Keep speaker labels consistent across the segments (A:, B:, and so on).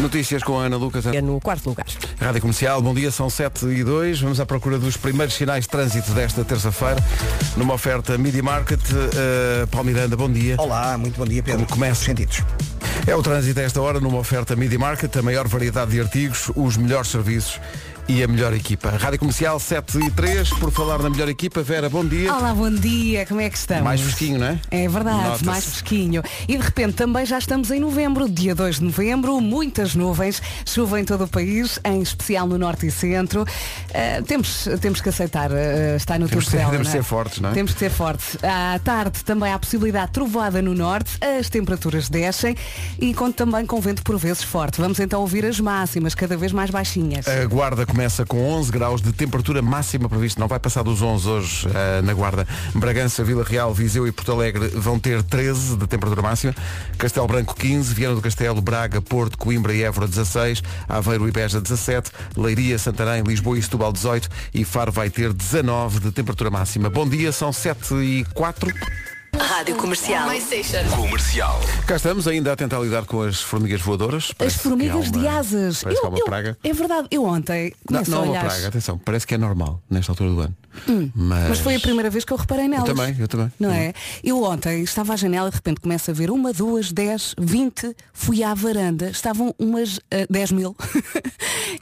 A: Notícias com a Ana Lucas.
B: É no quarto lugar.
A: Rádio Comercial, bom dia, são 7 e 2. Vamos à procura dos primeiros sinais de trânsito desta terça-feira, numa oferta Media Market. Uh, Paulo Miranda, bom dia.
C: Olá, muito bom dia, Pedro.
A: Como começa?
C: Os Sentidos.
A: É o trânsito a esta hora, numa oferta Media Market, a maior variedade de artigos, os melhores serviços e a melhor equipa. Rádio Comercial 7 e 3, por falar na melhor equipa, Vera, bom dia.
D: Olá, bom dia, como é que estamos?
A: Mais fresquinho, não é?
D: É verdade,
A: Nota-se.
D: mais fresquinho. E de repente também já estamos em novembro, dia 2 de novembro, muitas nuvens, chuva em todo o país, em especial no norte e centro. Ah, temos, temos que aceitar, ah, está no
A: Temos
D: tempo
A: de ser-
D: dela.
A: temos de
D: não é?
A: ser fortes, não é?
D: Temos que ser fortes. À tarde também há possibilidade de trovoada no norte, as temperaturas descem e conto também com vento por vezes forte. Vamos então ouvir as máximas, cada vez mais baixinhas.
A: A Guarda começa com 11 graus de temperatura máxima prevista. Não vai passar dos 11 hoje eh, na Guarda. Bragança, Vila Real, Viseu e Porto Alegre vão ter 13 de temperatura máxima. Castelo Branco 15, Viana do Castelo, Braga, Porto, Coimbra e Évora 16, Aveiro e Beja 17, Leiria, Santarém, Lisboa e Setúbal 18 e Faro vai ter 19 de temperatura máxima. Bom dia, são 7 e 4.
E: Rádio Comercial.
F: Comercial.
A: Cá estamos ainda a tentar lidar com as formigas voadoras.
D: As
A: Parece que
D: formigas
A: há uma-
D: de asas.
A: Parece que há uma
D: Eu- eu-
A: praga.
D: É verdade, eu ontem
A: Não,
D: começo
A: não é
D: a
A: uma
D: olhar. Hum,
A: praga, atenção, parece que é normal nesta altura do ano.
D: Mas foi a primeira vez que eu reparei nelas.
A: também, eu também.
D: Não
A: Hum.
D: é? Eu ontem estava à janela e de repente começo a ver uma, duas, dez, vinte, fui à varanda, estavam umas ah, dez mil.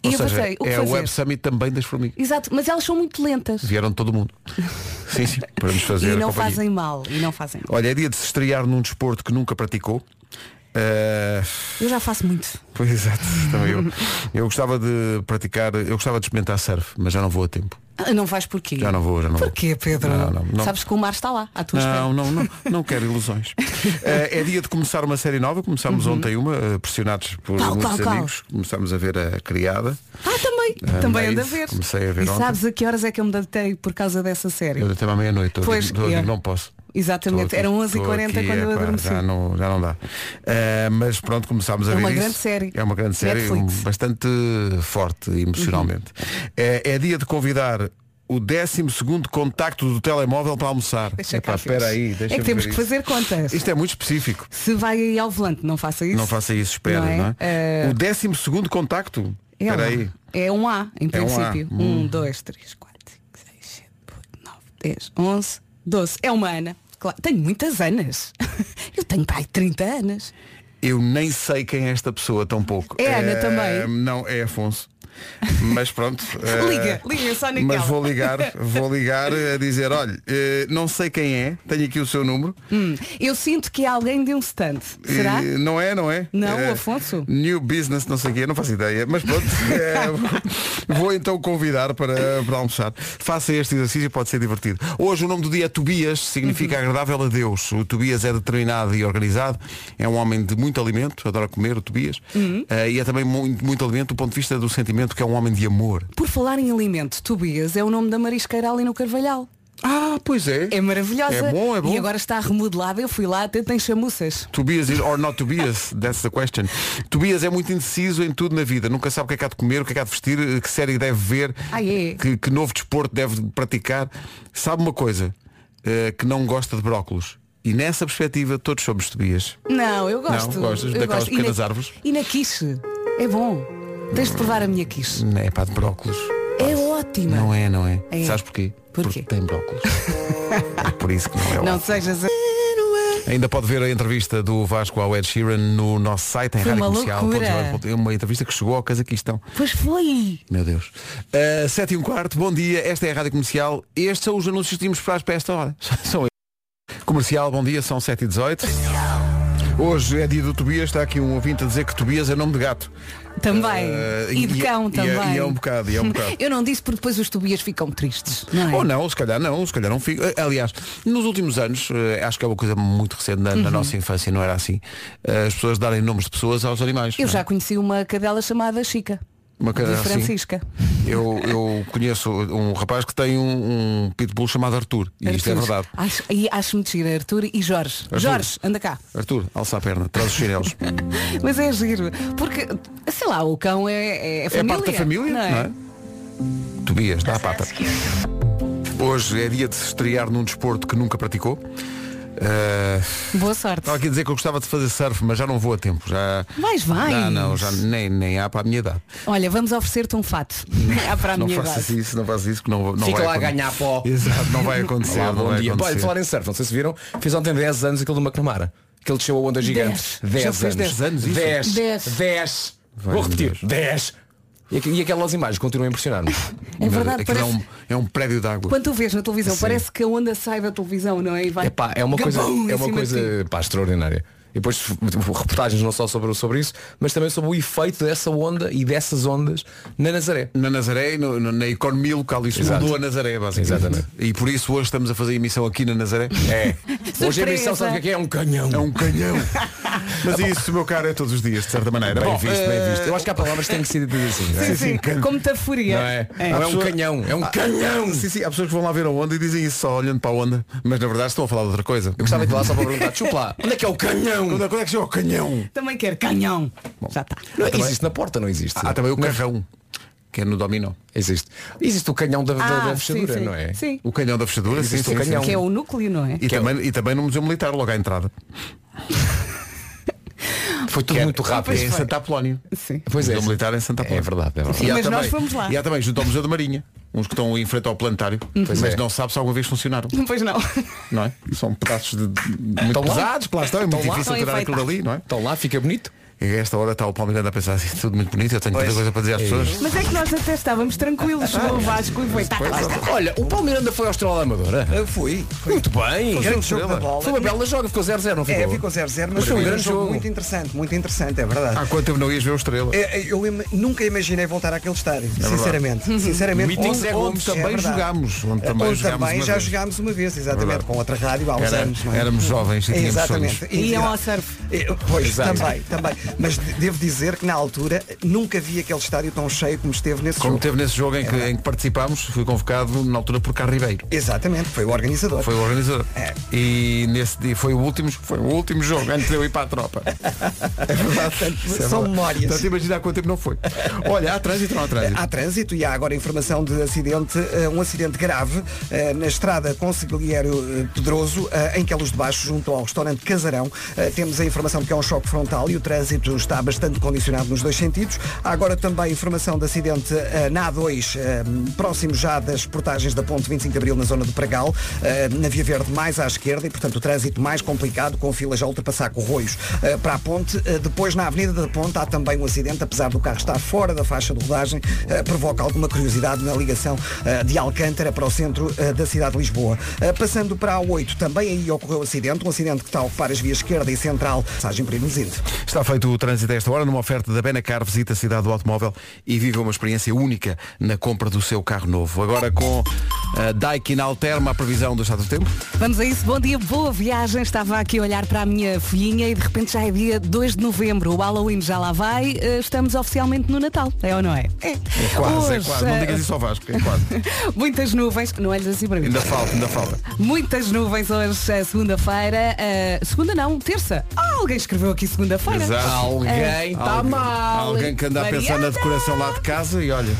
D: e
A: Ou
D: eu
A: seja,
D: passei, o que
A: é o
D: fazer?
A: Web Summit também das formigas.
D: Exato, mas elas são muito lentas.
A: Vieram de todo o mundo. Sim, sim. Podemos fazer
D: e não
A: a companhia.
D: fazem mal, e não fazem mal.
A: Olha, é dia de se estrear num desporto que nunca praticou. Eh,
D: Eu já faço muito.
A: pois exato, também eu. Eu gostava de praticar, eu gostava de experimentar surf, mas já não vou a tempo.
D: Ah, Não vais porquê?
A: Já não vou, já não vou.
D: Porquê, Pedro?
A: Não, não, não.
D: Sabes que o mar está lá, à tua espera.
A: Não, não, não, não quero ilusões. Eh, é dia de começar uma série nova, começámos ontem uma, eh, pressionados por
D: Uhum. Qual,
A: muitos
D: qual, qual?
A: amigos. Começámos a ver a criada.
D: Ah, também,
A: Ah,
D: também
A: Maeve,
D: anda a ver.
A: comecei a ver
D: e
A: ontem.
D: sabes a que horas é que eu me deitei por causa dessa série?
A: Eu até à meia-noite, eu
D: Pois,
A: digo- eu
D: é.
A: digo, não posso.
D: Exatamente,
A: Estou
D: eram
A: aqui- estou
D: 11h40
A: aqui,
D: quando eu
A: epá,
D: adormeci.
A: Já não, já não dá. Eh, mas pronto, começámos a
D: É
A: ver
D: uma
A: isso.
D: grande série.
A: É uma grande série,
D: Netflix. Uhum.
A: um- bastante forte emocionalmente. Eh, É, dia de convidar o 12 contacto do telemóvel para almoçar.
D: Deixa
A: Epá,
D: cá, filhos.
A: espera aí, deixa
D: é que temos que fazer contas.
A: Isto é muito específico.
D: Se vai aí ao volante, não faça isso.
A: Não faça isso, espera,
D: Não é?
A: não é?
D: Eh,
A: O 12 contacto.
D: É
A: Espera
D: um A.
A: aí.
D: É um A, em
A: É um A.
D: princípio.
A: Hum.
D: Um, dois, três, quatro, cinco, seis, sete, oito, nove, dez, onze, doze. É uma Ana. Claro, tenho muitas anas. Eu tenho pai 30 anos.
A: Eu nem sei quem é esta pessoa, tão pouco.
D: É Ana
A: Eh,
D: também?
A: Não, é Afonso. Mas pronto. eh,
D: Liga, liga só naquela.
A: Mas vou ligar, vou ligar a dizer, olha, eh, não sei quem é, tenho aqui o seu número.
D: Hum, eu sinto que é alguém de um stand. Será?
A: Eh, não é, não é?
D: Não,
A: Eh,
D: o Afonso?
A: New Business, não sei o quê, não faço ideia. Mas pronto, eh, vou então convidar para, para almoçar. Faça este exercício, pode ser divertido. Hoje o nome do dia é Tobias, significa agradável a Deus. O Tobias é determinado e organizado, é um homem de muito alimento, adora comer o Tobias, Eh, e é também muito, muito alimento do ponto de vista do sentimento, que é um homem de amor.
D: Por falar em alimento, Tobias é o nome da marisqueira ali no Carvalhal.
A: Ah, pois é.
D: É maravilhosa.
A: É bom, é bom.
D: E agora está remodelada. Eu fui lá, até tem chamuças.
A: Tobias is- or not Tobias, that's the question. Tobias é muito indeciso em tudo na vida, nunca sabe o que é que há de comer, o que é que há de vestir, que série deve ver,
D: Ah, é?
A: que, que novo desporto deve praticar. Sabe uma coisa, eh, que não gosta de brócolos. E nessa perspectiva todos somos Tobias.
D: Não, eu gosto.
A: Não, gostas
D: Eu
A: daquelas
D: gosto. E
A: pequenas
D: na-
A: árvores?
D: E na quiche. É bom. Tens de provar a minha quiche.
A: Não é pá de brócolos.
D: É ótima.
A: Não é, não é.
D: É.
A: Sabes porquê?
D: Porquê?
A: Porque tem brócolos. é por isso que não é ótimo.
D: Não sejas. a-
A: Ainda pode ver a entrevista do Vasco ao Ed Sheeran no nosso site em
D: Foi uma
A: radiocomercial.com.br.
D: loucura.
A: é Uma entrevista que chegou ao Cazaquistão.
D: Pois foi.
A: Meu Deus. Uh, 7 e um quarto, bom dia, esta é a Rádio Comercial. Estes são os anúncios que tínhamos para para esta hora. São eles. Comercial, bom dia, são 7 e 18 Hoje é dia do Tobias, está aqui um ouvinte a dizer que Tobias é nome de gato.
D: Também.
A: Uh,
D: e de cão
A: é-
D: também.
A: E é, um bocado, e é um bocado.
D: Eu não disse porque depois os Tobias ficam tristes. Não é?
A: Ou Oh, não, se calhar não, se calhar não fico. Eh, Aliás, nos últimos anos, eh, acho que é uma coisa muito recente, na, na
D: Uhum.
A: nossa infância não era assim, eh, as pessoas darem nomes de pessoas aos animais.
D: Eu
A: não é?
D: já conheci uma cadela chamada Chica.
A: Uma cadela
D: de
A: assim.
D: Francisca.
A: Eu, eu conheço um rapaz que tem um, um pitbull chamado Arthur. E isto é
D: Arthur.
A: verdade.
D: Acho, e acho-me de gira, Arthur e Jorge.
A: Arthur.
D: Jorge, anda cá.
A: Arthur, alça a perna, traz os chinelos.
D: Mas é giro, porque, sei lá, o cão é, é
A: é
D: família.
A: parte da família, não é?
B: é
A: é Tobias, dá a pata. Hoje é dia de se estrear num desporto que nunca praticou. Eh,
D: Boa sorte.
A: Estava aqui a dizer que eu gostava de fazer surf, mas já não vou a tempo. Já...
D: Vais, vais.
A: Não, não, já nem, nem há para a minha idade.
D: Olha, vamos oferecer-te um fato.
B: Hum.
D: Há para a
A: não
D: minha
A: faças
D: idade.
A: isso, não faças isso, que não, não
B: Fica
A: vai
B: lá a
A: acontecer.
B: ganhar pó.
A: Exato, não vai acontecer.
B: Olá,
A: não
B: bom
A: vai
B: dia. Pá,
A: acontecer.
B: e falar em surf, não sei se viram, fiz ontem 10 anos aquele do McNamara. Aquele desceu a onda gigante. 10
A: Já
B: anos.
A: fez 10 anos, isso?
B: 10.
D: 10.
B: 10.
A: Vai,
B: Vou
A: meu
B: repetir. 10. E, aqu- e aquelas imagens continuam a impressionar-me.
D: É verdade,
A: Aquilo
D: parece...
A: é, um, é um prédio de água.
D: Quando tu vês na televisão, parece que a onda sai da televisão, não é? E vai...
B: Epá, é uma coisa,
D: Gabum, assim em
B: é uma
D: cima de ti.
B: coisa pá, extraordinária. E depois f- f- reportagens não só sobre, sobre isso, mas também sobre o efeito dessa onda e dessas ondas na Nazaré.
A: Na Nazaré, no- no- na economia local, isso
B: Exato.
A: mudou a Nazaré, basicamente.
B: Exatamente.
A: E por isso hoje estamos a fazer emissão aqui na Nazaré.
B: É. Hoje a
D: Surpresa.
B: emissão sabe o que é que é? É um canhão.
A: É um canhão. Mas isso, meu caro, é todos os dias, de certa maneira.
B: Bom,
A: Bem visto, bem
B: eh,
A: visto.
B: Eu acho que há palavras que têm que ser ditas assim. não é?
D: Sim, sim, com muita fúria.
B: Não é?
D: É.
B: Não é um
A: pessoa- Ah,
B: canhão, é um canhão!
A: Sim, sim, há pessoas que vão lá ver a onda e dizem isso só olhando para a onda, mas na verdade estão a falar de outra coisa. Eu
B: Estava aqui lá só para perguntar, chupa lá, onde é que é o canhão?
A: Quando, quando é que chega o canhão?
D: Também quero canhão. Já está.
B: Não, existe na porta, não existe.
A: Há também o carrão, que é no dominó.
B: Existe. Existe o canhão da, da-
D: Ah,
B: da fechadura,
D: sim, sim.
B: não é?
D: Sim.
A: O canhão da fechadura,
B: Existe
A: sim,
B: o
A: sim,
B: canhão.
A: sim.
D: Que é o núcleo, não é?
A: E, também, e também no Museu Militar, logo à entrada.
B: Foi tudo
A: Que é-
B: muito rápido.
A: É em Santa Apolónia.
D: Sim.
B: Pois é.
A: Museu Militar em Santa Apolónia.
B: É verdade, é verdade.
A: E há
D: Mas nós fomos lá.
A: E há também junto ao Museu da Marinha, uns que estão em frente ao planetário, mas
B: é.
A: não sabe se alguma vez funcionaram.
D: Pois não.
A: Não é? São pedaços de, de- muito
B: Estão lá?
A: pesados, que lá estão, é muito
B: Estão lá?
A: difícil
D: Estão
A: tirar aquilo
D: enfeitados.
A: dali, não é?
B: Então lá fica bonito.
A: E a esta hora está o Palmeiras a pensar assim, tudo muito bonito, eu tenho tanta coisa para dizer às pessoas.
D: Mas é que nós até estávamos tranquilos. Chegou o Vasco e foi. Tá, tá, tá.
B: Olha, o Paulo Miranda foi ao Estrela Amadora.
C: Eu fui.
B: Muito bem.
C: Foi um jogo da bola.
B: Foi uma bela joga, ficou 0-0, não ficou?
C: É, ficou 0-0,
B: Mas foi um
C: mas foi um
B: grande jogo.
C: jogo muito interessante, muito interessante, é verdade.
A: Há quanto tempo não ias ver o Estrela?
C: É, Eu lembro- nunca imaginei voltar àquele
A: É
C: estádio,
A: Uhum.
C: sinceramente. Sinceramente,
A: Meeting
C: onde-
A: Zé Gomes,
C: é
A: também
C: verdade.
A: jogámos, onde
C: Eh,
A: também
C: onde
A: jogámos
C: também
A: uma
C: já
A: vez.
C: jogámos uma vez, exatamente,
A: Verdade.
C: com outra rádio há uns
A: Era-
C: anos. não é?
A: éramos jovens e tínhamos
C: Exatamente.
A: sonhos.
C: E-
D: Iam ao surf.
C: Eh, Pois,
B: Exato.
C: também, também. Mas de- devo dizer que na altura nunca vi aquele estádio tão cheio como esteve nesse
A: Como
C: jogo.
A: teve nesse jogo em que, em que participámos, fui convocado na altura por Carlos Ribeiro.
C: Exatamente, foi o organizador.
A: Foi o organizador. E nesse dia foi o último, foi o último jogo antes de eu ir para a tropa. É verdade. Isso é
C: São
A: verdade.
C: memórias.
A: Portanto, imagina há quanto tempo não foi. Olha, há trânsito ou não há trânsito?
C: Há trânsito e há agora informação de acidente, eh, um acidente grave eh, na estrada Consigliere eh, Pedroso, eh, em Queluz de Baixo, junto ao restaurante Casarão. Eh, Temos a informação de que é um choque frontal e o trânsito está bastante condicionado nos dois sentidos. Há agora também informação de acidente eh, na A2, eh, próximo já das portagens da Ponte 25 de Abril, na zona do Pragal, eh, na Via Verde mais à esquerda e, portanto, o trânsito mais complicado, com filas a ultrapassar Corroios eh, para a Ponte. Eh, Depois, na Avenida da Ponte, há também um acidente, apesar do carro estar fora da faixa de rodagem, eh, provoca alguma curiosidade na ligação eh, de Alcântara para o centro eh, da cidade de Lisboa. Eh, Passando para a A8, também aí ocorreu acidente, um acidente que está a ocupar as vias esquerda e central, passagem para Inusinte.
A: Está feito o trânsito a esta hora numa oferta da Benacar. Visita a cidade do automóvel e vive uma experiência única na compra do seu carro novo. Agora com a Daikin Alterma, a previsão do estado do tempo.
D: Vamos a isso, bom dia, boa viagem. Estava aqui a olhar para a minha filhinha e de repente já é dia 2 de novembro. O Halloween já lá vai, eh, estamos oficialmente no Natal, é ou não é? É,
A: Quase, é
D: Hoje,
A: quase. Não
D: eh,
A: digas isso ao Vasco, é quase.
D: Muitas nuvens, não olhes assim para mim.
A: Ainda falta, ainda falta.
D: Muitas nuvens hoje, eh, segunda-feira. eh, segunda não, terça. Ah, alguém escreveu aqui segunda-feira. Eh,
A: Exato.
B: Alguém está
A: Alguém-
B: mal.
A: Alguém que anda a pensar na
D: tá Mariana!
A: decoração lá de casa e olha.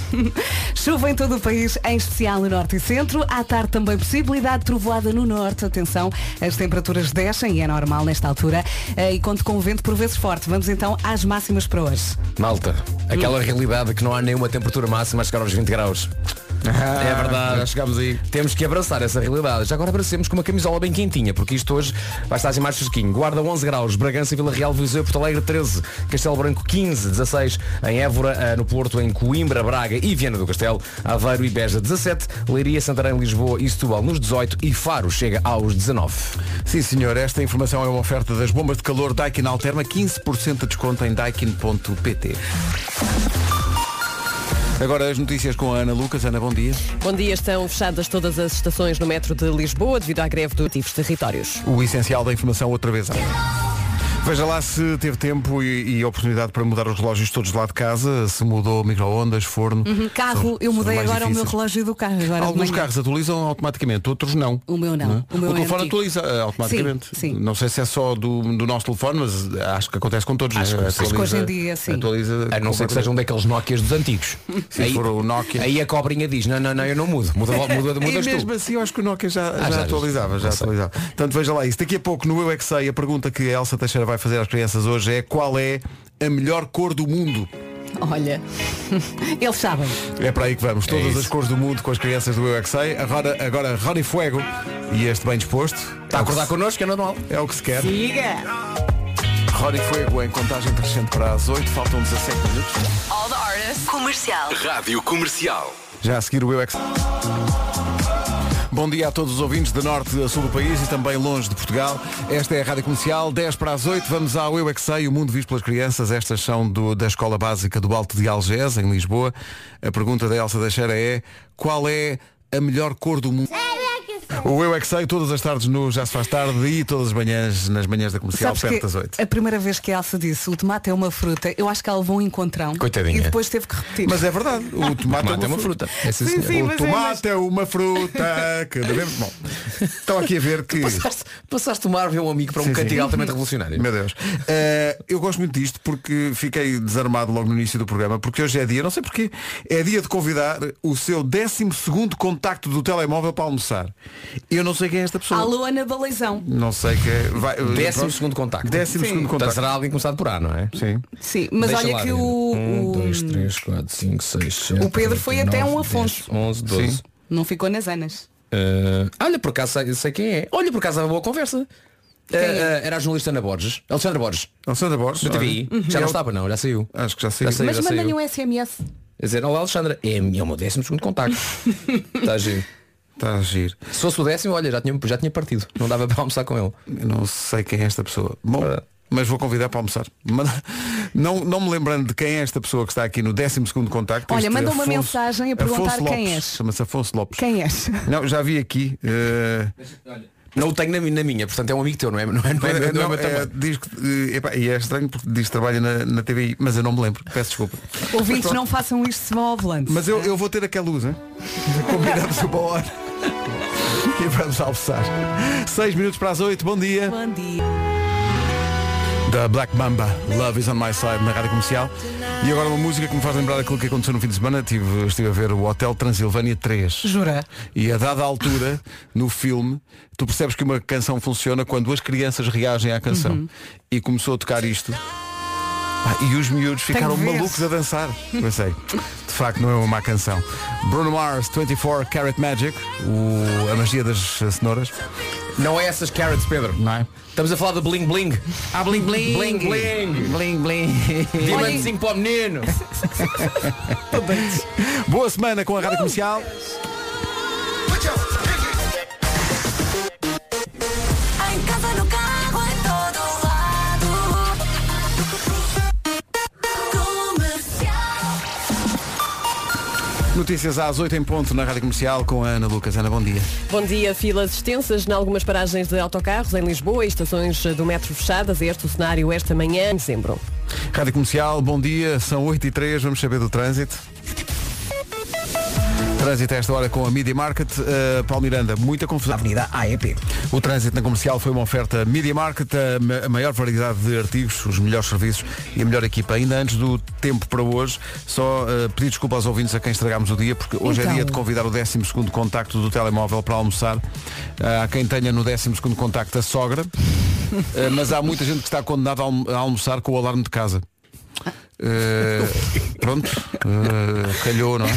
D: Chuva em todo o país, em especial no norte e centro. À tarde também possibilidade de trovoada no norte. Atenção, as temperaturas descem e é normal nesta altura. Eh, E conto com o vento por vezes forte. Vamos então às máximas para hoje.
B: Malta, aquela
A: Hum.
B: realidade que não há nenhuma temperatura máxima a chegar aos 20 graus. é verdade.
A: Ah, já chegámos aí.
B: Temos que abraçar essa realidade. Já agora abracemos com uma camisola bem quentinha, porque isto hoje vai estar assim mais fresquinho. Guarda 11 graus, Bragança, Vila Real, Viseu, e Porto Alegre 13, Castelo Branco 15, 16 em Évora, eh, no Porto, em Coimbra, Braga e Viana do Castelo, Aveiro e Beja 17, Leiria, Santarém, Lisboa e Setúbal nos 18 e Faro chega aos 19.
A: Sim, senhor. Esta informação é uma oferta das bombas de calor Daikin Alterma. 15% de desconto em daikin.pt. Agora as notícias com a Ana Lucas. Ana, bom dia.
F: Bom dia, estão fechadas todas as estações no metro de Lisboa devido à greve dos ativos territórios.
A: O essencial da informação outra vez. Veja lá se teve tempo e, e oportunidade para mudar os relógios todos lá de casa, se mudou micro-ondas, forno.
D: Uhum, carro,
A: São-
D: eu
A: são
D: mudei
A: mais
D: agora o meu
A: difíceis.
D: relógio do carro. Agora de
A: Alguns
D: manhã.
A: carros atualizam automaticamente, outros não.
D: O meu não.
A: é?
D: O meu é
A: telefone
D: antigo.
A: atualiza eh, automaticamente.
D: Sim, sim.
A: Não sei se é só do, do nosso telefone, mas eh, acho que acontece com todos.
B: Acho
A: né?
B: que- acho que
D: hoje em dia, sim.
A: Atualiza
B: A não ser que seja um daqueles Nokias dos antigos.
A: Se for o Nokia.
B: aí a cobrinha diz, não, não, não, eu não mudo. Muda, muda, muda,
A: E
B: mudas tu. Ah,
A: mesmo assim eu acho que o Nokia já, já
B: já,
A: atualizava, já
B: já sei.
A: atualizava. Portanto, veja lá isso. Daqui a pouco no Eu é que sei, a pergunta que a Elsa Teixeira vai fazer às crianças hoje é qual é a melhor cor do mundo?
D: Olha, eles sabem.
A: É para aí que vamos. Todas
B: isso.
A: as cores do mundo com as crianças do Eu é que sei. Agora, agora Rony Fuego e este bem disposto.
B: Está a acordar connosco, é normal.
A: É o que se quer. Siga! Rony Fuego em contagem crescente para as 8, faltam 17 minutos.
E: All the artists. Comercial.
G: Rádio Comercial.
A: Já a seguir o Eu é que Sei. Bom dia a todos os ouvintes de norte a sul do país e também longe de Portugal. Esta é a Rádio Comercial, 10 para as 8, vamos ao Eu é que Sei, o mundo visto pelas crianças. Estas são do- da Escola Básica do Alto de Algés, em Lisboa. A pergunta da Elsa Teixeira é qual é a melhor cor do mundo? O Eu é que Sei, todas as tardes no Já se faz tarde e todas as manhãs nas manhãs da comercial,
D: Sabes
A: perto
D: que
A: das 8.
D: a primeira vez que a Elsa disse o tomate é uma fruta, eu acho que ela levou um encontrão.
B: Coitadinha.
D: E depois teve que repetir.
A: Mas é verdade, o tomate,
B: Mata é uma fruta. É, sim,
D: Sim,
B: senhor.
D: sim,
A: O
D: mas é-
A: tomate é uma fruta que devemos. Bom, estão aqui a ver que.
B: Passaste, passaste uma árvore a um amigo para um
A: Sim, sim.
B: cantigo altamente revolucionário.
A: Meu Deus. Eh, eu gosto muito disto porque fiquei desarmado logo no início do programa, porque hoje é dia, não sei porquê, é dia de convidar o seu 12 segundo contacto do telemóvel para almoçar. Eu não sei quem é esta pessoa.
D: A Luana Baleizão.
A: Não sei quem é. Vai,
B: Décimo
A: pronto.
B: segundo contacto.
A: Décimo
D: Sim.
A: segundo
B: Portanto,
A: contacto.
B: será alguém começado por A, não é?
A: Sim.
D: Sim, mas
B: Deixa
D: olha
B: lá
D: que
B: dentro.
D: o,
B: Um,
D: o-
B: dois, três, quatro, cinco, seis, sete,
D: O Pedro foi
B: oito,
D: até
B: nove,
D: um
B: dez,
D: Afonso.
B: Onze, doze.
A: Sim.
D: não ficou nas anas.
B: Ah, olha, por acaso sei, sei quem é. Olha, por acaso é uma boa conversa. Ah,
D: é?
B: ah, era a jornalista Ana Borges. Alexandra Borges.
A: Alexandra Borges.
B: Da TVI.
D: Uhum.
A: olha.
B: Já não
A: Eu-
B: estava, não. Já saiu.
A: Acho que já saiu.
B: Uhum. Já saiu,
D: Mas
B: já
D: mandem
B: saiu.
D: um SMS.
B: A dizer, olá Alexandra, é, é o meu décimo segundo contacto. Está giro.
A: Está a agir.
B: Se fosse o décimo, olha, já tinha, já tinha partido. Não dava para almoçar com ele.
A: Eu não sei quem é esta pessoa. Bom,
B: Ora.
A: mas vou convidar para almoçar. Mas Não, não me lembrando de quem é esta pessoa que está aqui no 12 º contacto.
D: Olha,
A: Este
D: manda uma
A: Afonso-
D: mensagem a perguntar
A: Afonso
D: quem
A: Lopes.
D: és.
A: Chama-se Afonso Lopes.
D: Quem és?
A: Não, já vi aqui. eh,
B: Não o tenho na, mi- na minha, portanto é um amigo teu, não é? Não é, não é, não é,
A: não,
B: meu
A: eh,
B: também.
A: diz que, eh, epá, e é estranho porque diz que trabalha na, na TVI, mas eu não me lembro. Peço desculpa.
D: Ouvintes, não façam isto se vão ao volante.
A: Mas eu, eu vou ter aquela luz, hein? Combinamos uma hora. E vamos almoçar. Seis minutos para as oito. Bom dia.
D: Bom dia.
A: da Black Mamba, Love is on my side, na rádio comercial. E agora uma música que me faz lembrar aquilo que aconteceu no fim de semana. Tive, estive a ver o Hotel Transilvânia 3.
D: Jura?
A: E a dada altura, no filme, tu percebes que uma canção funciona quando as crianças reagem à canção.
B: Uhum.
A: E começou a tocar isto. Pá, e os miúdos ficaram
D: que ver.
A: malucos a dançar. Eu sei, de facto não é uma má canção. Bruno Mars, 24 Carat Magic, o- a magia das eh, cenouras,
B: Não é essas carrots, Pedro.
A: não é?
B: Estamos a falar de bling bling. Ah, bling bling. Bling bling.
A: Bling, bling.
B: Diamantezinho para o menino.
A: Boa semana com a Rádio Comercial.
E: Em casa, no carro, em todo lado. Comercial.
A: Notícias às 8 em ponto na Rádio Comercial com a Ana Lucas. Ana, bom dia.
F: Bom dia, filas extensas em algumas paragens de autocarros em Lisboa e estações do metro fechadas. É este o cenário esta manhã em dezembro.
A: Rádio Comercial, bom dia. São 8 e 3, vamos saber do trânsito. Trânsito a esta hora com a Media Market. Uh, Paulo Miranda, muita confusão.
C: Avenida AEP.
A: O trânsito na comercial foi uma oferta Media Market, a ma- a maior variedade de artigos, os melhores serviços e a melhor equipa. Ainda antes do tempo para hoje, só eh, pedir desculpa aos ouvintes a quem estragámos o dia, porque hoje é
D: Então.
A: dia de convidar o 12 contacto do telemóvel para almoçar. Ah, Há quem tenha no 12 contacto a sogra, eh, mas há muita gente que está condenada a almo- a almoçar com o alarme de casa. Eh, pronto, eh, calhou, não é?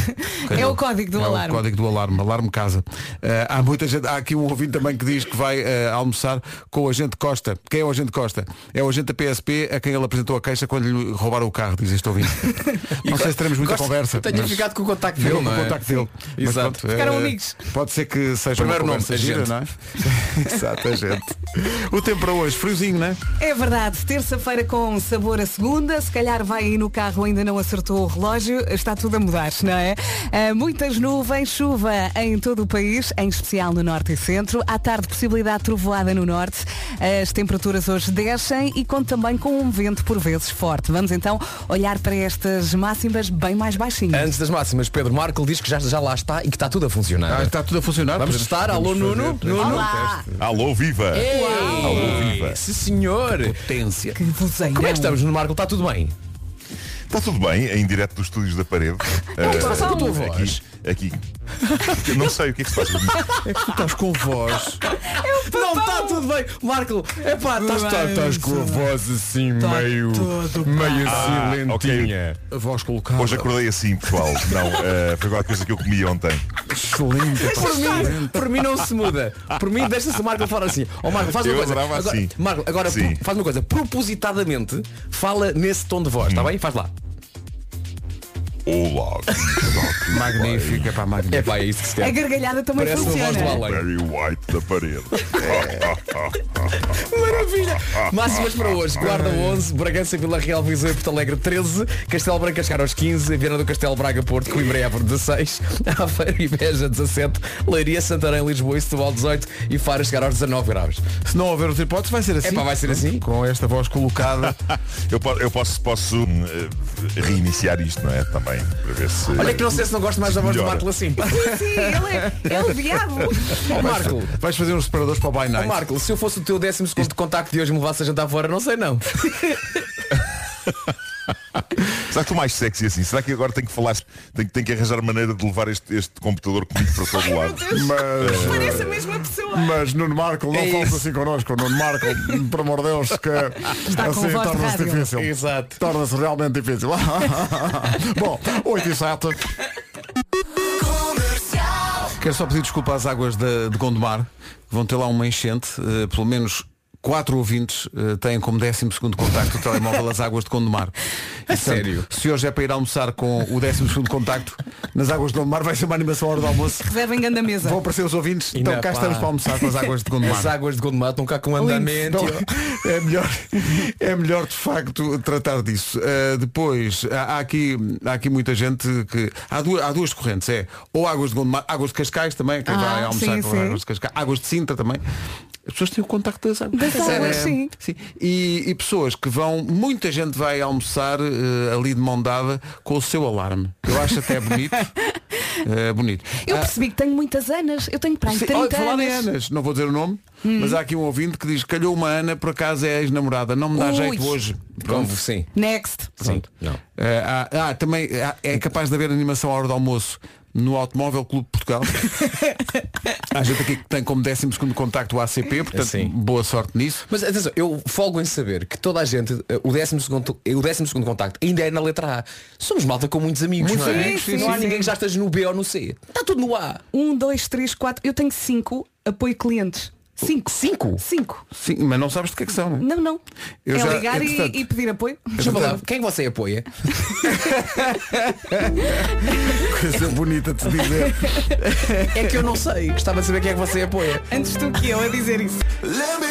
A: Calhou.
D: É o código do
A: É o
D: alarme.
A: código código do alarme, alarme casa. Eh, há muita gente, há aqui um ouvinte também que diz que vai eh, almoçar com o agente Costa. Quem é o agente Costa? É o agente da PSP a quem ele apresentou a queixa quando lhe roubaram o carro, diz este ouvinte. não sei se teremos muita
B: Gosto-
A: conversa.
B: Tenho
A: mas
B: ficado com o contacto
A: eu
B: dele,
A: com
B: não
A: o
B: é?
A: contacto dele. Mas
B: Exato.
A: pronto,
D: Ficaram
A: eh,
D: amigos.
A: Pode ser que seja
B: Primeiro
A: uma
B: nome,
A: conversa gira,
B: agente.
A: não é? Exato, agente. O tempo para hoje, friozinho, não é?
D: É verdade, terça-feira com sabor a segunda, se calhar vai aí no carro ainda não acertou o relógio, está tudo a mudar, não é? Ah, muitas nuvens, chuva em todo o país, em especial no norte e centro. À tarde, possibilidade de trovoada no norte. As temperaturas hoje descem e conto também com um vento por vezes forte. Vamos então olhar para estas máximas bem mais baixinhas.
B: Antes das máximas, Pedro Marco diz que já, já lá está e que está tudo a funcionar.
A: Ah, está tudo a funcionar.
B: Vamos
A: Podemos-
B: testar. Alô,
A: podemos
B: Nuno?
A: fazer-
B: Nuno?
D: Olá!
G: Alô, viva!
B: É.
G: Alô, viva!
B: Sim, senhor.
A: Potência.
D: Que vozeirão.
A: um.
B: Como é que estamos, Nuno Marco? Está tudo bem?
G: Está Tá tudo bem, É em direto dos estúdios da parede.
B: que se
G: Ah,
B: passa com a tua voz?
G: aqui, aqui. Eu não sei o que é que se passa.
A: Tu estás com voz.
B: Não, está tudo bem. Marco, é pá,
D: bem,
B: com a voz assim meio.
D: tudo
B: meio
A: assim,
G: Ah,
B: é?
A: A voz colocada.
G: Hoje acordei assim, pessoal. Não, ah, foi qualquer coisa que eu comi ontem.
A: Excelente. pá,
B: Por mim,
A: excelente.
B: por mim não se muda. Por mim deixa-se o Marco falar assim. Ó Marco, faz uma
G: Eu
B: coisa.
G: adorava
B: Agora-
G: assim.
B: Marco, agora
G: Sim.
B: pro- faz uma coisa. Propositadamente fala nesse tom de voz,
G: Hum.
B: está bem? Faz lá.
G: Olá, viva!
A: Magnífico, é pá, magnífico.
B: É pá, é isso que se
D: A
B: quer.
D: gargalhada também
B: Parece a voz do
D: funciona.
B: além.
G: Barry White da parede.
B: Maravilha!
G: Ah.
B: Máximas para hoje. Guarda 11, Bragança, Vila Real, Viseu e Porto Alegre 13, Castelo Branco a chegar aos 15, Viana do Castelo, Braga, Porto, Coimbra e Évora 16, Aveiro e Beja 17, Leiria, Santarém, Lisboa e Setúbal 18 e Faro a chegar aos 19 graus.
A: Se não houver outra hipótese, vai ser assim.
B: Epá, vai ser assim?
A: Com esta voz colocada.
G: Eu, po- eu posso, posso hum, eh, reiniciar isto, não é? Também, para ver se.
B: Olha que não sei se não gosto mais da voz do
G: Melhora.
B: Marco assim.
D: Sim, sim, ele é, é o diabo.
B: Ó Marco,
A: Vais fazer uns separadores para o By
B: ó
A: Night.
B: Marco, se eu fosse o teu décimo segundo de contacto de hoje e me levasse a jantar fora, não sei não.
G: Será que estou mais sexy assim? Será que agora tenho que falar, tenho, tenho que arranjar maneira de levar este, este computador comigo para todo lado?
A: Mas,
D: Parece a mesma pessoa.
A: mas Nuno Marco, não
B: É
A: fales
B: isso.
A: assim connosco. Nulo Marco, por amor de Deus, que
D: com
A: assim
D: voz de
A: torna-se
D: rádio.
A: difícil.
B: Exato.
A: Torna-se realmente difícil. Bom, 8 e 7. Quero só pedir desculpa às águas da- de, Gondomar. Vão ter lá uma enchente. eh, pelo menos quatro ouvintes eh, têm como 12 segundo contacto o telemóvel as águas de Gondomar. E, portanto,
B: sério?
A: Se hoje é para ir almoçar com o 12 segundo contacto, nas águas de Gondomar vai ser uma animação à hora do almoço.
D: Reservem grande mesa.
A: Vão aparecer os ouvintes.
B: Ainda
A: então cá
B: pá.
A: estamos para almoçar com as águas de Gondomar.
B: As águas de Gondomar estão cá com
A: Lindo.
B: andamento.
A: Então, é melhor é melhor de facto tratar disso Uh, depois há, há aqui há aqui muita gente que há duas, há duas correntes é ou águas de Gondomar águas de Cascais também quem
D: Ah,
A: vai almoçar
D: sim,
A: com
D: sim.
A: águas de Cascais águas de Sintra também as pessoas têm o contacto das águas,
D: Das águas,
A: É,
D: sim.
A: E, e pessoas que vão muita gente vai almoçar uh, ali de mão dada com o seu alarme eu acho até bonito Uh, bonito
D: Eu
A: Ah,
D: percebi que tenho muitas anas. Eu tenho para aí
A: Sim,
D: 30
A: olha, falar em
D: Tá anos.
A: Anas, não vou dizer o nome, mas há aqui um ouvinte que diz, calhou uma Ana, por acaso é a ex-namorada, não me dá
D: Ui.
A: jeito hoje.
B: Como sim.
D: Next.
A: Pronto.
B: Não.
A: Eh, há- ah, também há- é capaz de haver animação à hora do almoço no Automóvel Clube de Portugal. há gente aqui que tem como 12 segundo contacto o ACP, portanto,
B: Sim.
A: boa sorte nisso.
B: Mas atenção, eu folgo em saber que toda a gente, eh, o 12 segundo, eh, o 12 contacto ainda é na letra A. Somos malta com muitos amigos,
A: Muitos
B: não é?
A: amigos, sim,
B: não há
A: sim, É
B: ninguém
A: sim.
B: que já esteja no B ou no C. Está tudo no A.
D: 1, 2, 3, 4. Eu tenho 5 apoio clientes. 5.
B: Cinco?
D: 5.
A: Sim, mas não sabes do que é que são, não é?
D: Não, não.
A: Eu
D: é
A: já-
D: ligar e-
A: entretanto-
D: e, pedir apoio.
B: Deixa eu falar, quem é que você apoia?
A: Coisa bonita de se dizer.
B: É que eu não sei. Gostava de saber quem é que você apoia.
D: Antes tu que eu a dizer isso.
A: É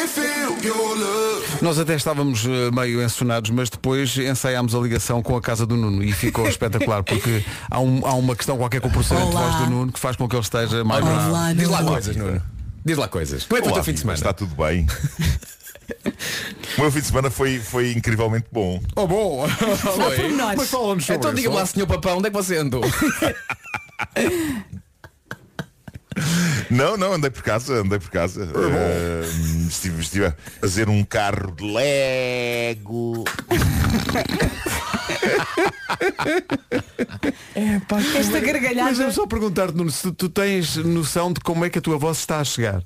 A: Nós até estávamos eh, meio ensonados, mas depois ensaiámos a ligação com a casa do Nuno e ficou espetacular, porque há, um- há uma questão qualquer com o processamento
D: Olá.
A: de voz do Nuno que faz com que ele esteja mais bravo.
B: Diz lá coisas, Nuno. Diz lá coisas. Como é que foi o
G: Olá,
B: teu fim de
G: viva,
B: semana?
G: Está tudo bem. o meu fim de semana foi, foi incrivelmente bom.
A: Oh, bom!
B: é Foi.
D: pormenores.
A: Mas fala-nos sobre
B: Então
A: isso.
B: diga-me lá, senhor papão, onde é que você andou?
G: Não, não, andei por casa, andei por
B: É
G: casa. Ah, estive, estive a fazer um carro de Lego.
D: Esta
A: Mas
D: gargalhada.
A: eu só perguntar-te, Nuno, se tu tens noção de como é que a tua voz está a chegar.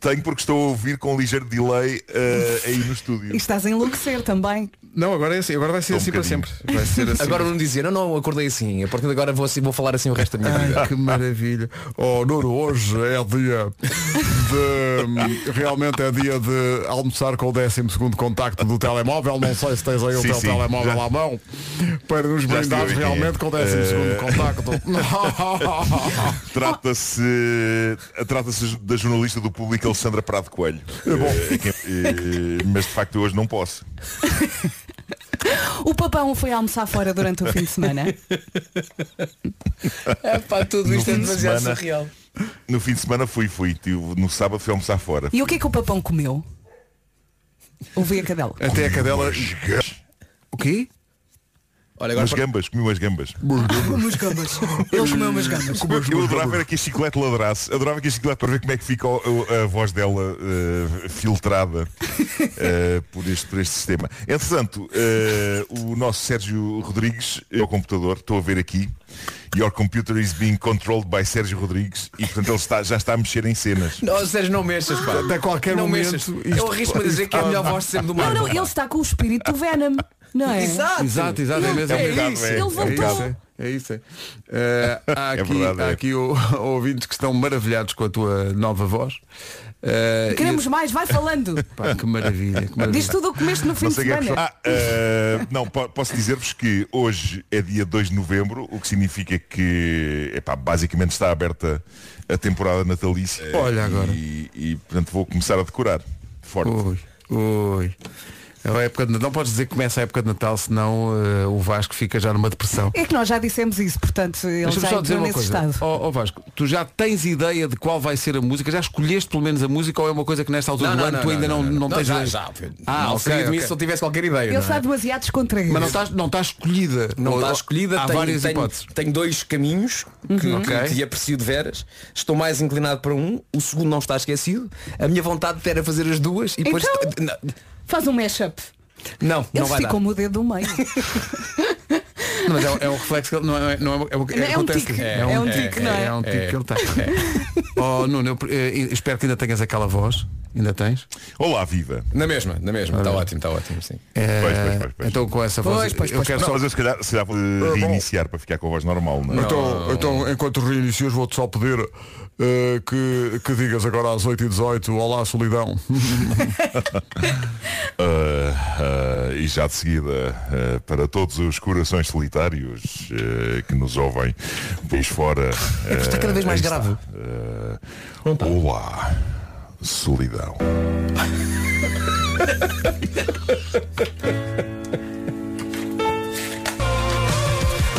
G: Tenho porque estou a ouvir com um ligeiro delay ah, aí no estúdio.
D: E estás a enlouquecer também.
A: Não, agora é assim, agora vai ser
G: Estou um bocadinho.
A: Vai ser assim.
B: Agora o Nuno dizia, não, não, acordei assim. A partir de agora vou, assim- vou falar assim o resto da minha vida.
A: Ai, que maravilha. Oh, Nuno, hoje é dia de. hum, Realmente é dia de almoçar com o 12 contacto do telemóvel. Não sei se tens aí o
G: Sim,
A: teu
G: sim,
A: telemóvel
G: já-
A: à mão. Para nos
G: Já estive a
A: brindares
G: ver quem é.
A: realmente com o 12 contacto.
G: Trata-se ah, trata-se da jornalista do público Alessandra Prado
B: É
G: Coelho. Eh, quem- eh, mas de facto eu hoje não posso.
D: O papão foi almoçar fora durante o fim de semana.
B: É pá, tudo
G: No
B: isto é
G: fim de
B: demasiado
G: semana.
B: surreal.
G: No fim de semana fui, fui. Tive- No sábado fui almoçar fora.
D: E o que é que o papão comeu? Ouvi a cadela.
A: Até a cadela.
G: Umas gambas.
A: O quê?
B: Olha, agora
G: Umas
B: para...
G: gambas, comi umas gambas.
D: Umas gambas. Ele comeu umas gambas.
A: é
G: Eu adorava era que a chiclete ladrasse. Adorava que a chiclete para ver como é que fica o- o- a voz dela eh, filtrada eh, por, este, por este sistema. Entretanto, eh, o nosso Sérgio Rodrigues, eh, ao computador, estou a ver aqui, Your computer is being controlled by Sérgio Rodrigues e portanto ele está- já está a mexer em cenas.
B: Não, Sérgio, não mexas, pá.
A: Até qualquer
B: não
A: momento,
B: mexas.
A: isto
B: Eu arrisco-me a dizer que é a melhor voz de sempre do
D: Não,
B: mundo.
D: não, ele está com o espírito do Venom. Não é?
B: Exato.
A: Exato, exato, é mesmo.
B: É
A: É um
B: isso.
G: é,
D: ele
G: é um
D: voltou.
G: bocado.
A: É isso, é. Eh, há
G: É
A: aqui,
G: verdade,
A: há
G: é.
A: aqui o- ouvintes que estão maravilhados com a tua nova voz. Eh, e-
D: Queremos mais, vai falando.
A: Pá, que maravilha. Que maravilha.
D: Diz tudo o que comeste no fim
G: Não
D: de
G: sei quem é que
D: semana.
G: foi. Ah, eh, não, po- posso dizer-vos que hoje é dia 2 de novembro, o que significa que epá, basicamente está aberta a temporada natalícia.
A: É. Olha agora.
G: E, e, portanto vou começar a decorar. Forte.
A: Ui, ui. É a época de Natal. Não podes dizer que começa a época de Natal, senão eh, o Vasco fica já numa depressão.
D: É que nós já dissemos isso, portanto, ele
A: Deixa-me
D: já
A: só dizer
D: entrou
A: uma
D: nesse
A: coisa.
D: estado.
A: Ó ó Vasco, tu já tens ideia de qual vai ser a música? Já escolheste pelo menos a música ou é uma coisa que nesta altura
B: Não,
A: do
B: não,
A: ano
B: não,
A: tu ainda
B: não,
A: não,
B: não, não.
A: tens
B: Não,
A: ideia?
B: já, já, filho.
A: Ah,
B: Não
A: ok,
B: seria de mim
A: ok.
B: se eu tivesse qualquer ideia.
D: Ele
B: não é?
D: está demasiado descontraído.
A: Mas não estás, não estás escolhida.
B: Não
A: Ou-
B: está escolhida,
A: Há
B: tenho,
A: várias
B: tenho-
A: hipóteses.
B: tenho dois caminhos que,
D: Uhum.
A: Ok.
B: que te aprecio de veras. Estou mais inclinado para um, o segundo não está esquecido. A minha vontade era fazer as duas e depois.
D: Então-
B: Não,
D: Faz um mashup.
B: Não, não
D: Ele
B: vai dar.
D: ficou-me o dedo do meio.
A: Não, Mas é, é um reflexo que ele não é, não é, é,
D: É um
A: acontece.
D: tique. É um tique, não é?
A: É um tique
B: É.
A: que ele está. Oh Nuno, eu, eh, espero que ainda tenhas aquela voz. Ainda tens?
G: Olá, viva.
B: Na mesma, na mesma. Está ótimo, está ótimo, sim.
A: Eh,
G: Pois, pois, pois, pois.
A: Então com essa voz.
B: Pois, pois,
A: eu
B: pois,
A: quero
G: Não,
A: só- Ah,
G: mas eu se calhar, se calhar vou
A: bom.
G: reiniciar para ficar com a voz normal, não é?
A: Então, então, enquanto reinicias, vou-te só pedir eh, que, que digas agora às 8h18 Olá Solidão.
G: Ah, ah, e já de seguida, ah, para todos os corações solitários ah, que nos ouvem país fora. é
B: está tá cada vez mais grave.
G: Ah,
A: Então.
G: olá, solidão.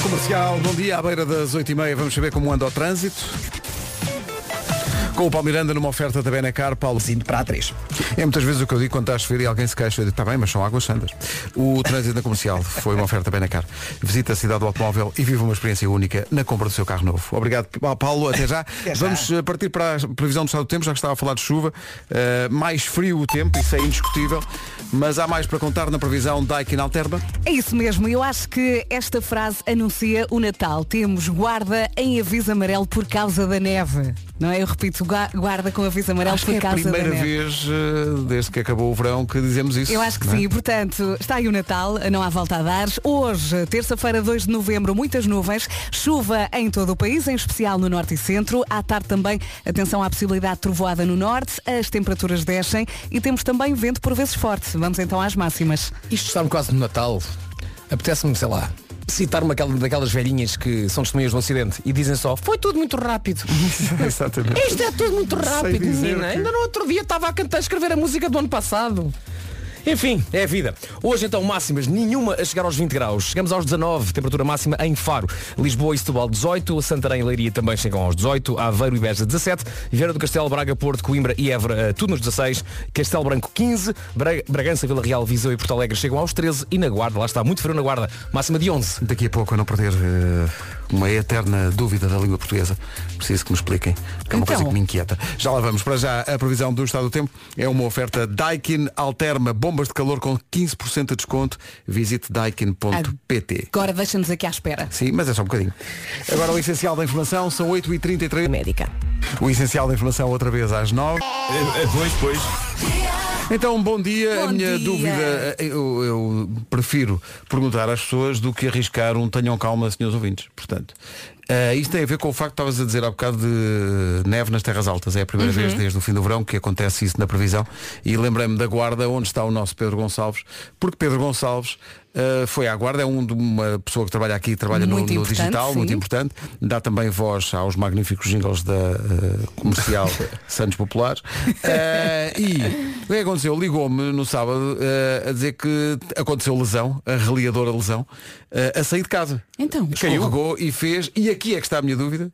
A: Comercial, bom dia, à beira das 8h30, vamos saber como anda o trânsito. Com o Paulo Miranda numa oferta da Benacar, Paulo.
H: Indo para a 3.
A: É muitas vezes o que eu digo quando está a chover e alguém se queixa, eu digo, está bem, mas são águas santas. O trânsito na comercial foi uma oferta Benacar. Visita a cidade do automóvel e vive uma experiência única na compra do seu carro novo. Obrigado, Pa- Paulo, até já. Vamos eh, partir para a previsão do estado do tempo, já que estava a falar de chuva. Eh, mais frio o tempo, isso é indiscutível, mas há mais para contar na previsão da Alterba.
D: É isso mesmo, eu acho que esta frase anuncia o Natal. Temos guarda em aviso amarelo por causa da neve. Não é? Eu repito, gua- guarda com aviso amarelo
A: Acho
D: por
A: que é a
D: causa
A: primeira
D: da neve.
A: vez eh, desde que acabou o verão que dizemos isso.
D: Eu acho que
A: não é?
D: sim, E, portanto, está aí o Natal, não há volta a dar. Hoje, terça-feira, 2 de novembro, muitas nuvens, chuva em todo o país, em especial no norte e centro. À tarde também, atenção à possibilidade de trovoada no norte, as temperaturas descem e temos também vento por vezes forte. Vamos então às máximas.
B: Isto está-me quase no Natal. Apetece-me, sei lá, citar uma daquela- daquelas velhinhas que são testemunhas do acidente e dizem só, foi tudo muito rápido.
A: Exatamente.
B: Isto é tudo muito rápido,
A: dizer
B: menina.
A: que-
B: Ainda no outro dia estava a cantar a escrever a música do ano passado. Enfim, é a vida. Hoje então máximas, nenhuma a chegar aos 20 graus. Chegamos aos 19, temperatura máxima em Faro. Lisboa e Setúbal 18, Santarém e Leiria também chegam aos 18, Aveiro e Beja 17, Vieira do Castelo, Braga, Porto, Coimbra e Évora eh, tudo nos 16, Castelo Branco 15, Bra- Bragança, Vila Real, Viseu e Porto Alegre chegam aos 13 e na Guarda, lá está muito frio na Guarda, máxima de 11.
A: Daqui a pouco, a não perder eh, uma eterna dúvida da língua portuguesa, preciso que me expliquem, que é uma
D: Então.
A: coisa que me inquieta. Já lá vamos. Para já, a previsão do estado do tempo é uma oferta Daikin Alterma, bombas de calor com 15% de desconto. Visite daikin.pt.
D: Agora deixa-nos aqui à espera.
A: Sim, mas é só um bocadinho. Agora o essencial da informação, são 8h33.
F: Médica.
A: O essencial da informação outra vez às 9
G: É, Pois, pois.
A: Então, bom dia. a
D: Bom
A: minha
D: dia.
A: dúvida, eh, eu, eu prefiro perguntar às pessoas do que arriscar um tenham calma, senhores ouvintes. Portanto, Ah, isto tem a ver com o facto que estavas a dizer há bocado de neve nas terras altas. É a
D: Uhum.
A: primeira vez desde o fim do verão que acontece isso na previsão. E lembrei-me da guarda onde está o nosso Pedro Gonçalves, porque Pedro Gonçalves ah, foi à guarda, é um de uma pessoa que trabalha aqui, trabalha no,
D: Muito
A: no
D: importante,
A: digital, muito
D: sim.
A: importante. Dá também voz aos magníficos jingles da ah, comercial Santos Populares. Ah, e o que é que aconteceu? Ligou-me no sábado ah, a dizer que aconteceu lesão, a reliadora lesão, ah, a sair de casa.
D: Então,
A: Escorregou e fez, e aqui é que está a minha dúvida,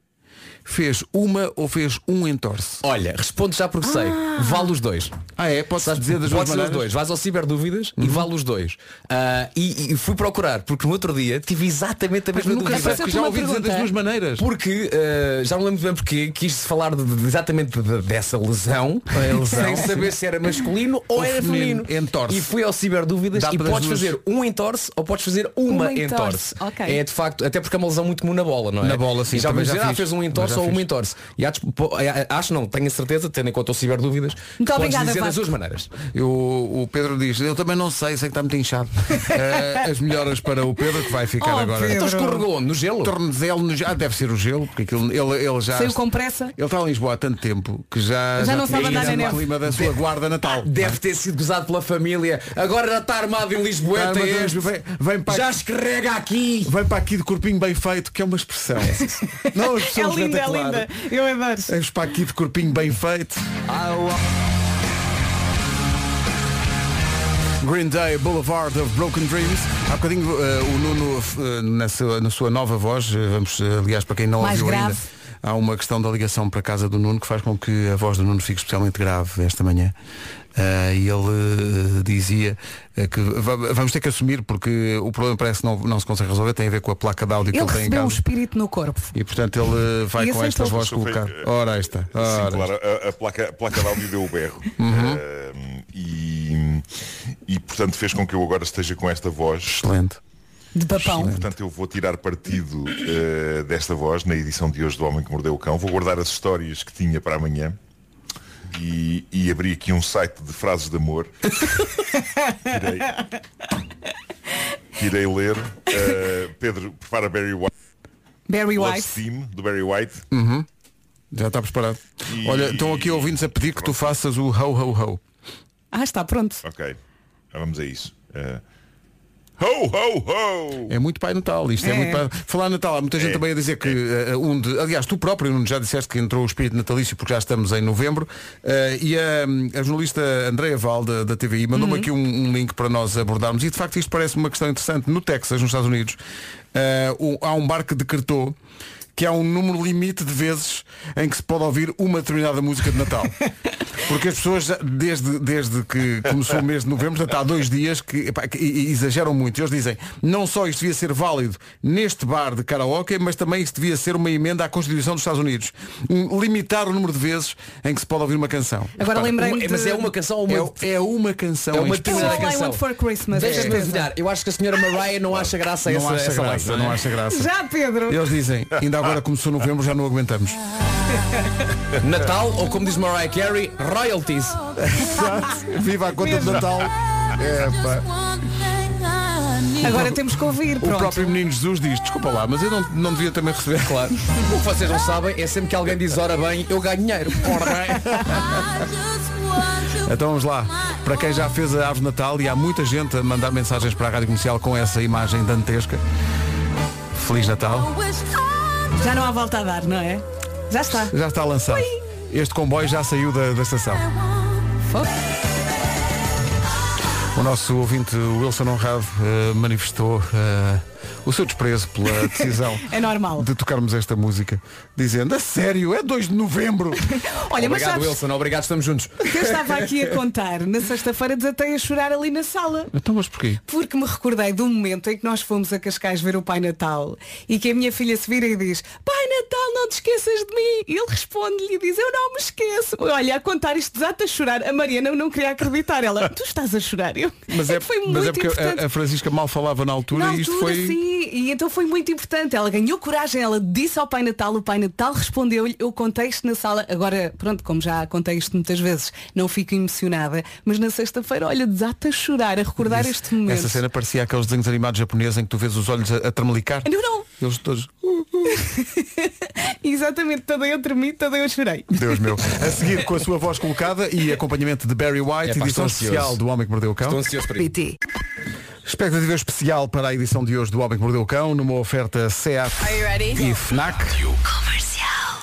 A: fez uma ou fez um entorce.
B: Olha, respondo já porque sei. Vale os dois.
A: Ah é? Posso
B: Sabes,
A: dizer das duas
B: pode ser os
A: maneiras? Uhum.
B: dois. Vais ao Ciberdúvidas e vale os dois. Ah, e, e fui procurar, porque no outro dia tive exatamente a mesma
D: nunca
B: dúvida.
A: Parece
D: Faço-te
A: que já
D: uma
A: ouvi dizer das
D: pergunta.
A: duas maneiras.
B: Porque ah, já não lembro bem porque quis falar de- de- exatamente de- dessa lesão, sem saber se era masculino ou,
A: Ou
B: era
A: feminino.
B: feminino.
A: Entorse.
B: E fui ao Ciberdúvidas
A: Dá
B: e
A: para das
B: podes
A: duas.
B: fazer um entorce ou podes fazer uma,
D: Uma entorse.
B: entorse.
D: Ok.
B: É de facto, até porque é uma lesão muito comum na bola, não é?
A: Na bola, sim,
B: E já
A: também
B: vamos
A: já
B: dizer, ah,
A: fiz.
B: fez um
A: Também
B: entorse
A: já
B: ou
A: fiz.
B: uma entorce. E há dispo- po- a- a- acho não, tenho a certeza, tendo em conta o Ciberdúvidas, podes
D: obrigada,
B: dizer das
D: Vasco.
B: duas maneiras.
A: Eu- o Pedro diz, eu também não sei, sei que está muito inchado. Eh, as melhoras para o Pedro, que vai ficar
D: Oh,
A: agora.
D: Pedro.
B: Então escorregou onde? No gelo?
A: Tornozelo no Ah, deve ser o gelo, porque aquilo, ele, ele já.
D: saiu com pressa.
A: Ele está em Lisboa há tanto tempo que já,
D: Já não
A: tinha
D: sabe andar
A: ganhado
D: na
A: o
D: neve.
A: clima da sua guarda natal. Tá,
B: Deve ter sido gozado pela família. Agora já está armado em
A: Está
B: Lisboeta.
A: armado em
B: este.
A: Lisboa. Vem- vem para
B: já
A: aqui.
B: escorrega aqui.
A: Vem para aqui de corpinho bem feito, que é uma expressão. não, uma
D: É
A: expressão
D: linda, é
A: espetacular.
D: linda. Eu adoro.
A: É um spa aqui de corpinho bem feito. Green Day Boulevard of Broken Dreams. Há bocadinho eh, o Nuno, eh, na, sua, na sua nova voz, eh, vamos, eh, aliás, para quem não
D: Mais
A: ouviu
D: grave.
A: ainda, há uma questão da ligação para a casa do Nuno que faz com que a voz do Nuno fique especialmente grave esta manhã. Eh, e ele eh, dizia eh, que va- vamos ter que assumir porque o problema parece que não, não se consegue resolver, tem a ver com a placa de áudio que
D: Ele
A: ele tem em
D: recebeu um
A: casa.
D: espírito no corpo.
A: E portanto ele eh, vai
D: E
A: com esta
D: aceitou.
A: voz
G: Só foi,
A: colocada.
G: eh,
A: Ora, aí está. Ora. Uhum.
G: Sim, claro, a, a placa, a placa de áudio deu o berro. Eh, e, e, portanto, fez com que eu agora esteja com esta voz.
A: Excelente.
D: De papão.
G: Portanto, eu vou tirar partido eh, desta voz na edição de hoje do Homem que Mordeu o Cão. Vou guardar as histórias que tinha para amanhã. E, e abri aqui um site de frases de amor Irei que irei ler Eh, Pedro, prepara Barry White
D: Barry
G: Love
D: White. Hum.
G: Steam, do Barry White
A: Já está preparado.
G: E-
A: Olha, estão aqui ouvintes a pedir que tu faças o ho ho ho.
D: Ah, está pronto.
G: Ok, já vamos a isso Eh, Ho, ho, ho!
A: É muito Pai Natal, isto é, muito Pai Falar em Natal, há muita gente também a dizer que eh, um de. Aliás, tu próprio Nuno, já disseste que entrou o espírito natalício porque já estamos em novembro. Eh, e a, a jornalista Andréa Val da, da TVI mandou-me aqui um, um link para nós abordarmos. E de facto isto parece uma questão interessante. No Texas, nos Estados Unidos, eh, o- há um bar que decretou que há um número limite de vezes em que se pode ouvir uma determinada música de Natal. Porque as pessoas, já- desde, desde que começou o mês de novembro, já está há dois dias, que, epá, que e- e exageram muito. Eles dizem, não só isto devia ser válido neste bar de karaoke, mas também isto devia ser uma emenda à Constituição dos Estados Unidos. Um- Limitar o número de vezes em que se pode ouvir uma canção.
D: Agora lembrei-me
B: Uma-
D: de...
B: Mas é uma canção ou uma...
A: É, é uma canção.
B: É
A: em
B: uma
A: específico.
B: determinada
D: All I
B: canção.
D: Want for Christmas.
B: Deixa-me
D: certeza.
B: adivinhar. Eu acho que a senhora Mariah não acha graça a
A: É. Não
B: essa,
A: acha
B: essa
A: graça,
B: letra,
A: não
B: é?
A: acha graça.
D: Já, Pedro.
A: Eles dizem, ainda agora começou novembro, já não aguentamos.
B: Natal ou como diz Mariah Carey, royalties.
A: Viva a conta de Natal. É, pá.
D: Agora temos que ouvir.
A: O
D: Pronto.
A: próprio Menino Jesus diz, desculpa lá, mas eu não, não devia também receber.
B: Claro. O que vocês não sabem é sempre que alguém diz ora bem, eu ganho dinheiro. Ora bem.
A: Então vamos lá, para quem já fez a árvore de Natal e há muita gente a mandar mensagens para a Rádio Comercial com essa imagem dantesca. Feliz Natal.
D: Já não há volta a dar, não é? Já está.
A: Já está lançado. Este comboio já saiu da, da estação. O nosso ouvinte Wilson Honrado eh, manifestou eh, o seu desprezo pela decisão
D: É normal.
A: de tocarmos esta música, dizendo, a sério, é 2 de novembro.
D: Olha, mas
B: Obrigado
D: sabes
B: Wilson, obrigado, estamos juntos.
D: que eu estava aqui a contar. Na sexta-feira desatei a chorar ali na sala.
A: Então mas porquê?
D: Porque me recordei do momento em que nós fomos a Cascais ver o Pai Natal e que a minha filha se vira e diz Pai Natal, não te esqueças de mim. E ele responde-lhe e diz Eu não me esqueço. Olha, a contar isto desata a chorar. A Mariana não queria acreditar. Ela, tu estás a chorar. Eu,
A: Mas é,
D: que foi
A: mas
D: muito
A: é porque
D: importante.
A: a, a Francisca mal falava na altura
D: Na
A: e isto
D: altura,
A: foi.
D: sim, Foi, e então foi muito importante. Ela ganhou coragem, ela disse ao Pai Natal, o Pai Natal respondeu-lhe, eu contei isto na sala. Agora, pronto, como já contei isto muitas vezes, não fico emocionada, mas na sexta-feira, olha, desata a chorar, a recordar este momento.
A: Essa cena parecia aqueles desenhos animados japoneses em que tu vês os olhos a, a tremelicar.
D: Não, não,
A: Eles todos.
D: exatamente, toda eu tremi, toda eu chorei.
A: Deus meu. A seguir com a sua voz colocada e acompanhamento de Barry White,
B: É, pá, estou
A: edição especial
B: ansioso.
A: do Homem que Mordeu o Cão.
B: Estou ansioso para isso.
D: PT.
A: Expectativa especial para a edição de hoje do Homem que Mordeu o Cão, numa oferta SEAT e FNAC.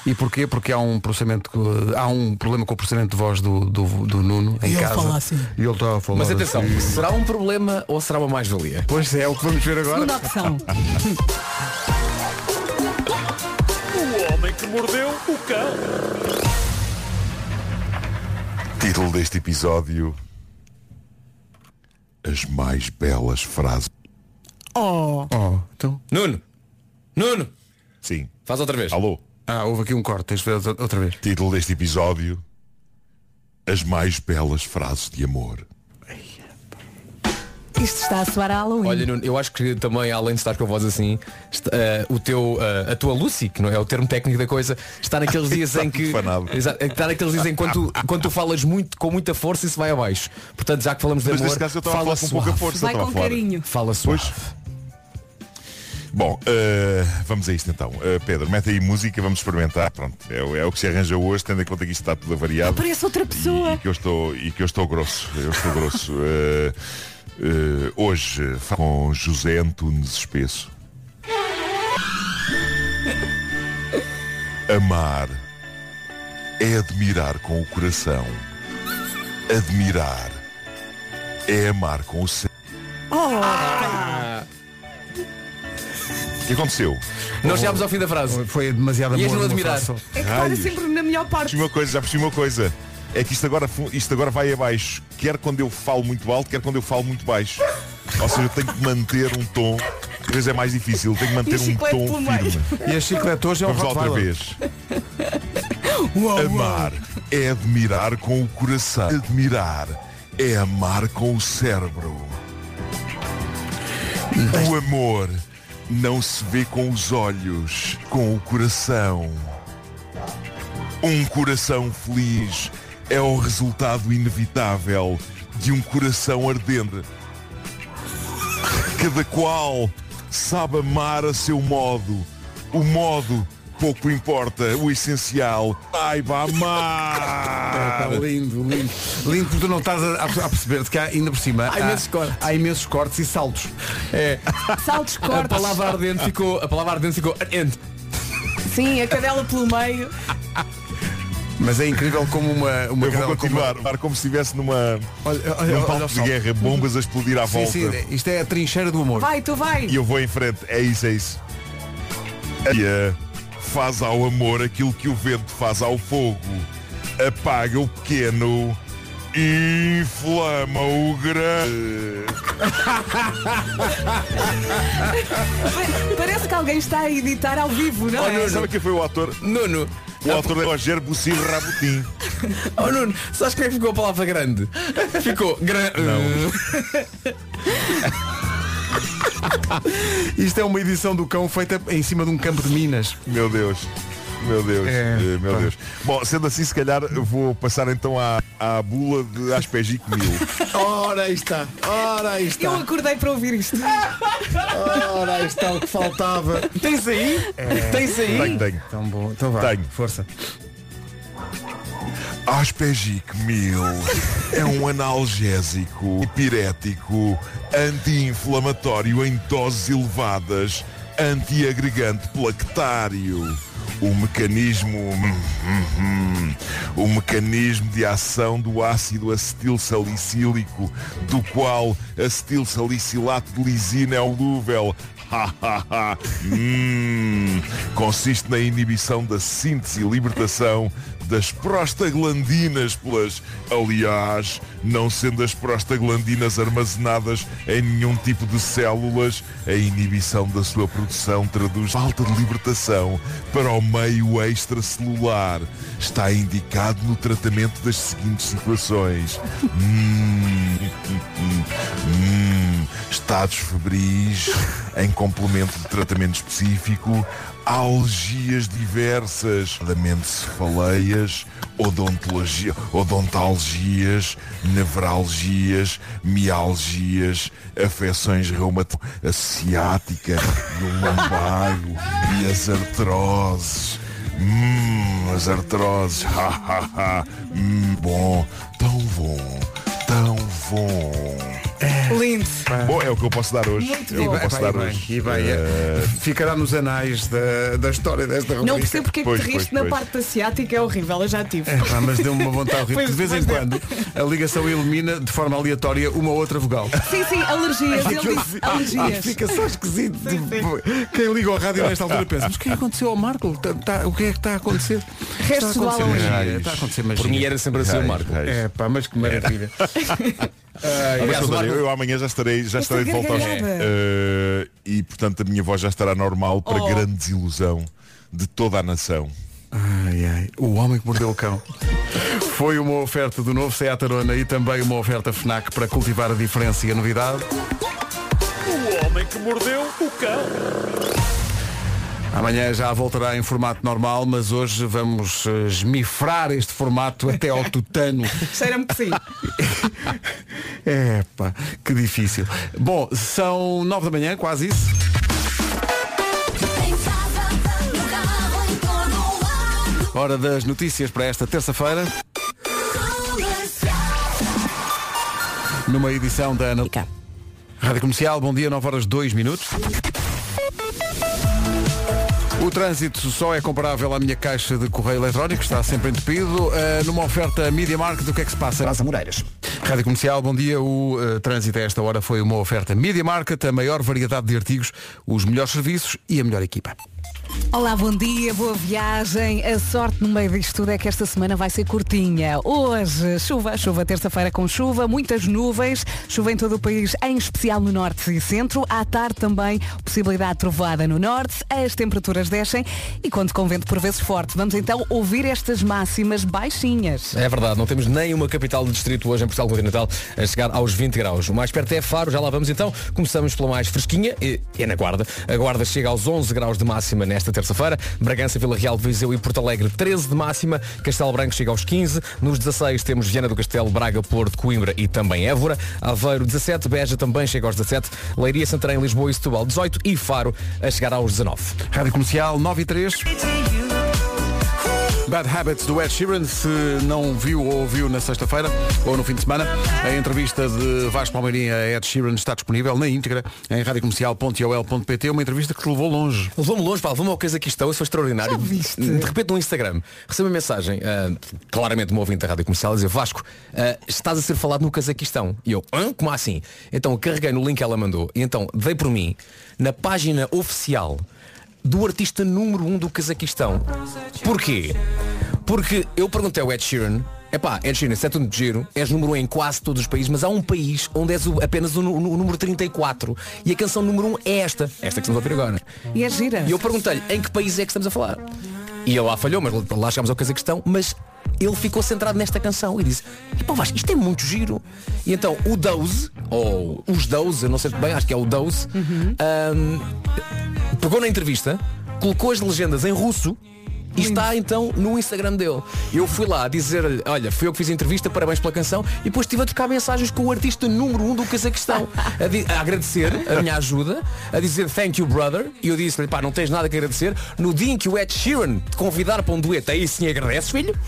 A: E porquê? Porque há um processamento, eh, há um problema com o processamento de voz do, do, do Nuno em
I: ele
A: casa.
I: fala assim.
A: E ele estava a falar.
B: Mas atenção,
A: assim.
B: será um problema ou será uma mais-valia?
A: Pois é, é o que vamos ver agora.
D: Segunda opção.
G: Título deste episódio: As mais belas frases.
A: Oh, então.
B: Nuno! Nuno!
G: Sim.
B: Faz outra vez.
G: Alô?
A: Ah, houve aqui um corte, tens de ver outra- outra vez.
G: Título deste episódio: As mais belas frases de amor.
D: Isto está a soar a Halloween.
B: Olha, Nuno, eu acho que também, além de estar com a voz assim, est- eh, o teu, eh, a tua Lucy, que não é o termo técnico da coisa, está naqueles dias em que.
G: Está muito fanado.
B: Exato, está naqueles dias em que quando, tu- quando tu falas muito, com muita força, isso vai abaixo. Portanto, já que falamos de
G: Mas
B: amor,
G: neste caso eu estava a
B: fala
G: falar com pouca
B: suave.
G: força.
D: Vai
G: estava
D: com
G: a falar.
D: carinho.
B: Fala suave.
G: Bom, eh, vamos a isto então. Eh, Pedro, mete aí música, vamos experimentar. Pronto, é, o- é o que se arranja hoje, tendo em conta que isto está tudo avariado.
D: Parece outra
G: E,
D: pessoa.
G: que eu estou, e que eu estou grosso. Eu estou grosso. Eh, eh, hoje eh, falo com José Antunes Espesso. Amar é admirar com o coração. Admirar é amar com o céu. O que aconteceu?
B: Não chegámos ao fim da frase.
A: Foi demasiado
B: E
A: amor.
B: és não
A: numa
B: admirar.
A: frase só.
D: É que para
G: Raios.
D: sempre na melhor parte.
G: percebi uma coisa, já percebi uma coisa. É que isto agora, fu- isto agora vai abaixo, quer quando eu falo muito alto, quer quando eu falo muito baixo. Ou seja, eu tenho que manter um tom, às vezes é mais difícil, tenho que
D: E
G: manter um
D: chiclete
G: tom
D: pelo meio.
G: firme.
A: E a chiclete hoje é um
G: Vamos lá outra
A: Rottweiler.
G: vez. Amar é admirar com o coração. Admirar é amar com o cérebro. O amor não se vê com os olhos, com o coração. Um coração feliz é o resultado inevitável de um coração ardente. Cada qual sabe amar a seu modo. O modo pouco importa, o essencial. Saiba
A: Ah, Pá,
G: amar!
A: lindo, lindo. Lindo, porque tu não estás a, a perceber que há, ainda por cima, há
B: imensos cortes.
A: há imensos cortes e saltos.
D: Saltos,
B: A
D: cortes.
B: palavra ardente ficou. A palavra ardente ficou. ardente.
D: Sim, a cadela pelo meio.
A: Mas é incrível como uma, uma cadela
G: Eu vou
A: com uma-
G: continuar, Mar, como se estivesse numa,
A: Olha, olha,
G: num
A: olha
G: palco de
A: só.
G: guerra, bombas a explodir à
A: Sim,
G: volta.
A: sim, isto é a trincheira do amor.
D: Vai, tu vai.
G: E eu vou em frente, é isso, é isso. E, eh, faz ao amor aquilo que o vento faz ao fogo. Apaga o pequeno, inflama o grande.
D: Pa- Parece que alguém está a editar ao vivo, não
G: Oh,
D: é?
G: não, sabe quem foi o ator?
B: Nuno.
G: O ator é Roger Bucir Rabutin.
B: Oh Nuno, sabes como é que ficou a palavra grande? Ficou grande.
A: Isto é uma edição do cão feita em cima de um campo de minas.
G: Meu Deus. Meu Deus,
A: É,
G: eh, meu
A: pá.
G: Deus. Bom, sendo assim, se calhar vou passar então à, à bula de Aspegic Mil.
A: Ora aí está, ora aí
D: Eu
F: Tá.
D: acordei para ouvir isto.
F: Ah!
A: ora aí está o que faltava.
B: Tens aí?
F: é-
B: Tens aí?
G: Tenho, tenho.
A: Então É bom, então vá.
G: Tenho.
A: Força.
G: Aspegic Mil é um analgésico, pirético, anti-inflamatório em doses elevadas, antiagregante plaquetário. O mecanismo. hum, hum, hum, o mecanismo de ação do ácido acetilsalicílico, do qual acetilsalicilato de lisina é solúvel. Ha, ha, ha. Hum. Consiste na inibição da síntese e libertação das prostaglandinas pelas, aliás, não sendo as prostaglandinas armazenadas em nenhum tipo de células, a inibição da sua produção traduz falta de libertação para o meio extracelular. Está indicado no tratamento das seguintes situações. Hum. Hum, hum, hum. estados febris, em complemento de tratamento específico, algias diversas, lamento cefaleias, odontologia, odontalgias, nevralgias, mialgias, afecções reumato a ciática, e o lumbago e as artroses. Hum, as artroses, ha, ha, ha. Hum, bom, tão bom, tão bom.
D: Lindo.
A: Ah.
G: Bom, é o que eu posso dar hoje.
D: Muito
G: é o
D: bom.
G: que eu posso
A: Vai,
G: dar
A: vai,
G: hoje.
A: e vai, é.
G: eh,
A: Ficará nos anais da, da história desta rubrica.
F: Não percebo porque é que
G: Pois,
F: te
G: pois,
F: riste na
G: pois.
F: parte asiática, é horrível, eu já tive.
A: É, pá, mas deu-me uma vontade horrível.
F: Pois-
A: De vez em
F: pois deu.
A: quando a ligação elimina de forma aleatória uma outra vogal.
D: Sim, sim, alergias. Ele disse alergias.
A: Ah, Fica só esquisito.
F: Sim, sim.
A: Quem liga ao rádio nesta altura pensa, mas o que é que aconteceu ao Marco? Tá- tá- o que é que está a acontecer?
D: Restos
A: está a acontecer
D: do
A: magia,
G: Alonso.
A: Está a acontecer magia.
B: Por mim era sempre assim o Marco.
A: É pá, mas que maravilha. Ai,
G: Mas,
B: Aliás, o
G: Sandra,
B: Marco-
G: eu, eu amanhã já estarei, já estarei de volta aos...
D: gargalhada.
G: Eh, e portanto a minha voz já estará normal para
F: Oh.
G: grande desilusão de toda a nação.
A: ai, ai. O homem que mordeu o cão. Foi uma oferta do novo Seat Arona e também uma oferta FNAC para cultivar a diferença e a novidade. Amanhã já voltará em formato normal, mas hoje vamos eh, esmifrar este formato até ao tutano.
F: Cheira-me que sim.
A: É pá, que difícil. Bom, são nove da manhã, quase isso.
E: Em casa, no carro, em todo lado.
A: Hora das notícias para esta terça-feira, numa edição da Ana.
F: Fica.
A: Rádio Comercial, bom dia, 9 horas 2 minutos. O trânsito só é comparável à minha caixa de correio eletrónico, está sempre entupido. Eh, numa oferta Media Market, o que é que se passa?
C: Brasa Moreiras.
A: Rádio Comercial, bom dia. O eh, trânsito a esta hora foi uma oferta Media Market, a maior variedade de artigos, os melhores serviços e a melhor equipa.
D: Olá, bom dia, boa viagem. A sorte no meio disto tudo é que esta semana vai ser curtinha. Hoje, chuva, chuva terça-feira com chuva, muitas nuvens, chuva em todo o país, em especial no norte e centro. À tarde também possibilidade de trovoada no norte, as temperaturas descem e quando com vento por vezes forte. Vamos então ouvir estas máximas baixinhas.
B: É verdade, não temos nem uma capital de distrito hoje em Portugal Continental a chegar aos 20 graus. O mais perto é Faro, já lá vamos então. Começamos pela mais fresquinha, e é na Guarda. A Guarda chega aos 11 graus de máxima nesta terça-feira. Bragança, Vila Real, Viseu e Porto Alegre, 13 de máxima. Castelo Branco chega aos 15. Nos 16 temos Viana do Castelo, Braga, Porto, Coimbra e também Évora. Aveiro, 17. Beja também chega aos 17. Leiria, Santarém, Lisboa e Setúbal, 18. E Faro a chegar aos 19.
A: Rádio Comercial 9 e 3. Bad Habits do Ed Sheeran, se não viu ou ouviu na sexta-feira ou no fim de semana, a entrevista de Vasco Palmeirinho a Ed Sheeran está disponível na íntegra em radiocomercial.ol.pt, uma entrevista que te levou longe.
B: Levou-me longe, pá, levou-me ao Cazaquistão, isso foi extraordinário.
D: Já viste?
B: De repente no Instagram, recebo uma mensagem, ah, claramente de um ouvinte da rádio comercial, a dizer Vasco, ah, estás a ser falado no Cazaquistão. E eu, Hã? como assim? Então carreguei no link que ela mandou e então dei por mim na página oficial do artista número 1 um do Cazaquistão. Porquê? Porque eu perguntei ao Ed Sheeran, epá, Ed Sheeran, se é tudo de giro, és número 1 em quase todos os países, mas há um país onde és o- apenas o, nu- o número 34 e a canção número 1 é esta, esta que estamos a ouvir agora. né?
D: E é gira.
B: E eu perguntei-lhe em que país é que estamos a falar. E ele lá falhou, mas lá chegámos ao Cazaquistão, mas ele ficou centrado nesta canção e disse, pá Vasco, isto é muito giro. E então o Doze, ou os Doze, eu não sei bem, acho que é o Doze, ahm, pegou na entrevista, colocou as legendas em russo e está então no Instagram dele. Eu fui lá dizer-lhe, olha, fui eu que fiz a entrevista, parabéns pela canção, e depois estive a trocar mensagens com o artista número um do Cazaquistão, a, di- a agradecer a minha ajuda, a dizer thank you brother, e eu disse-lhe, pá, não tens nada que agradecer, no dia em que o Ed Sheeran te convidar para um dueto, aí sim agradeces, filho,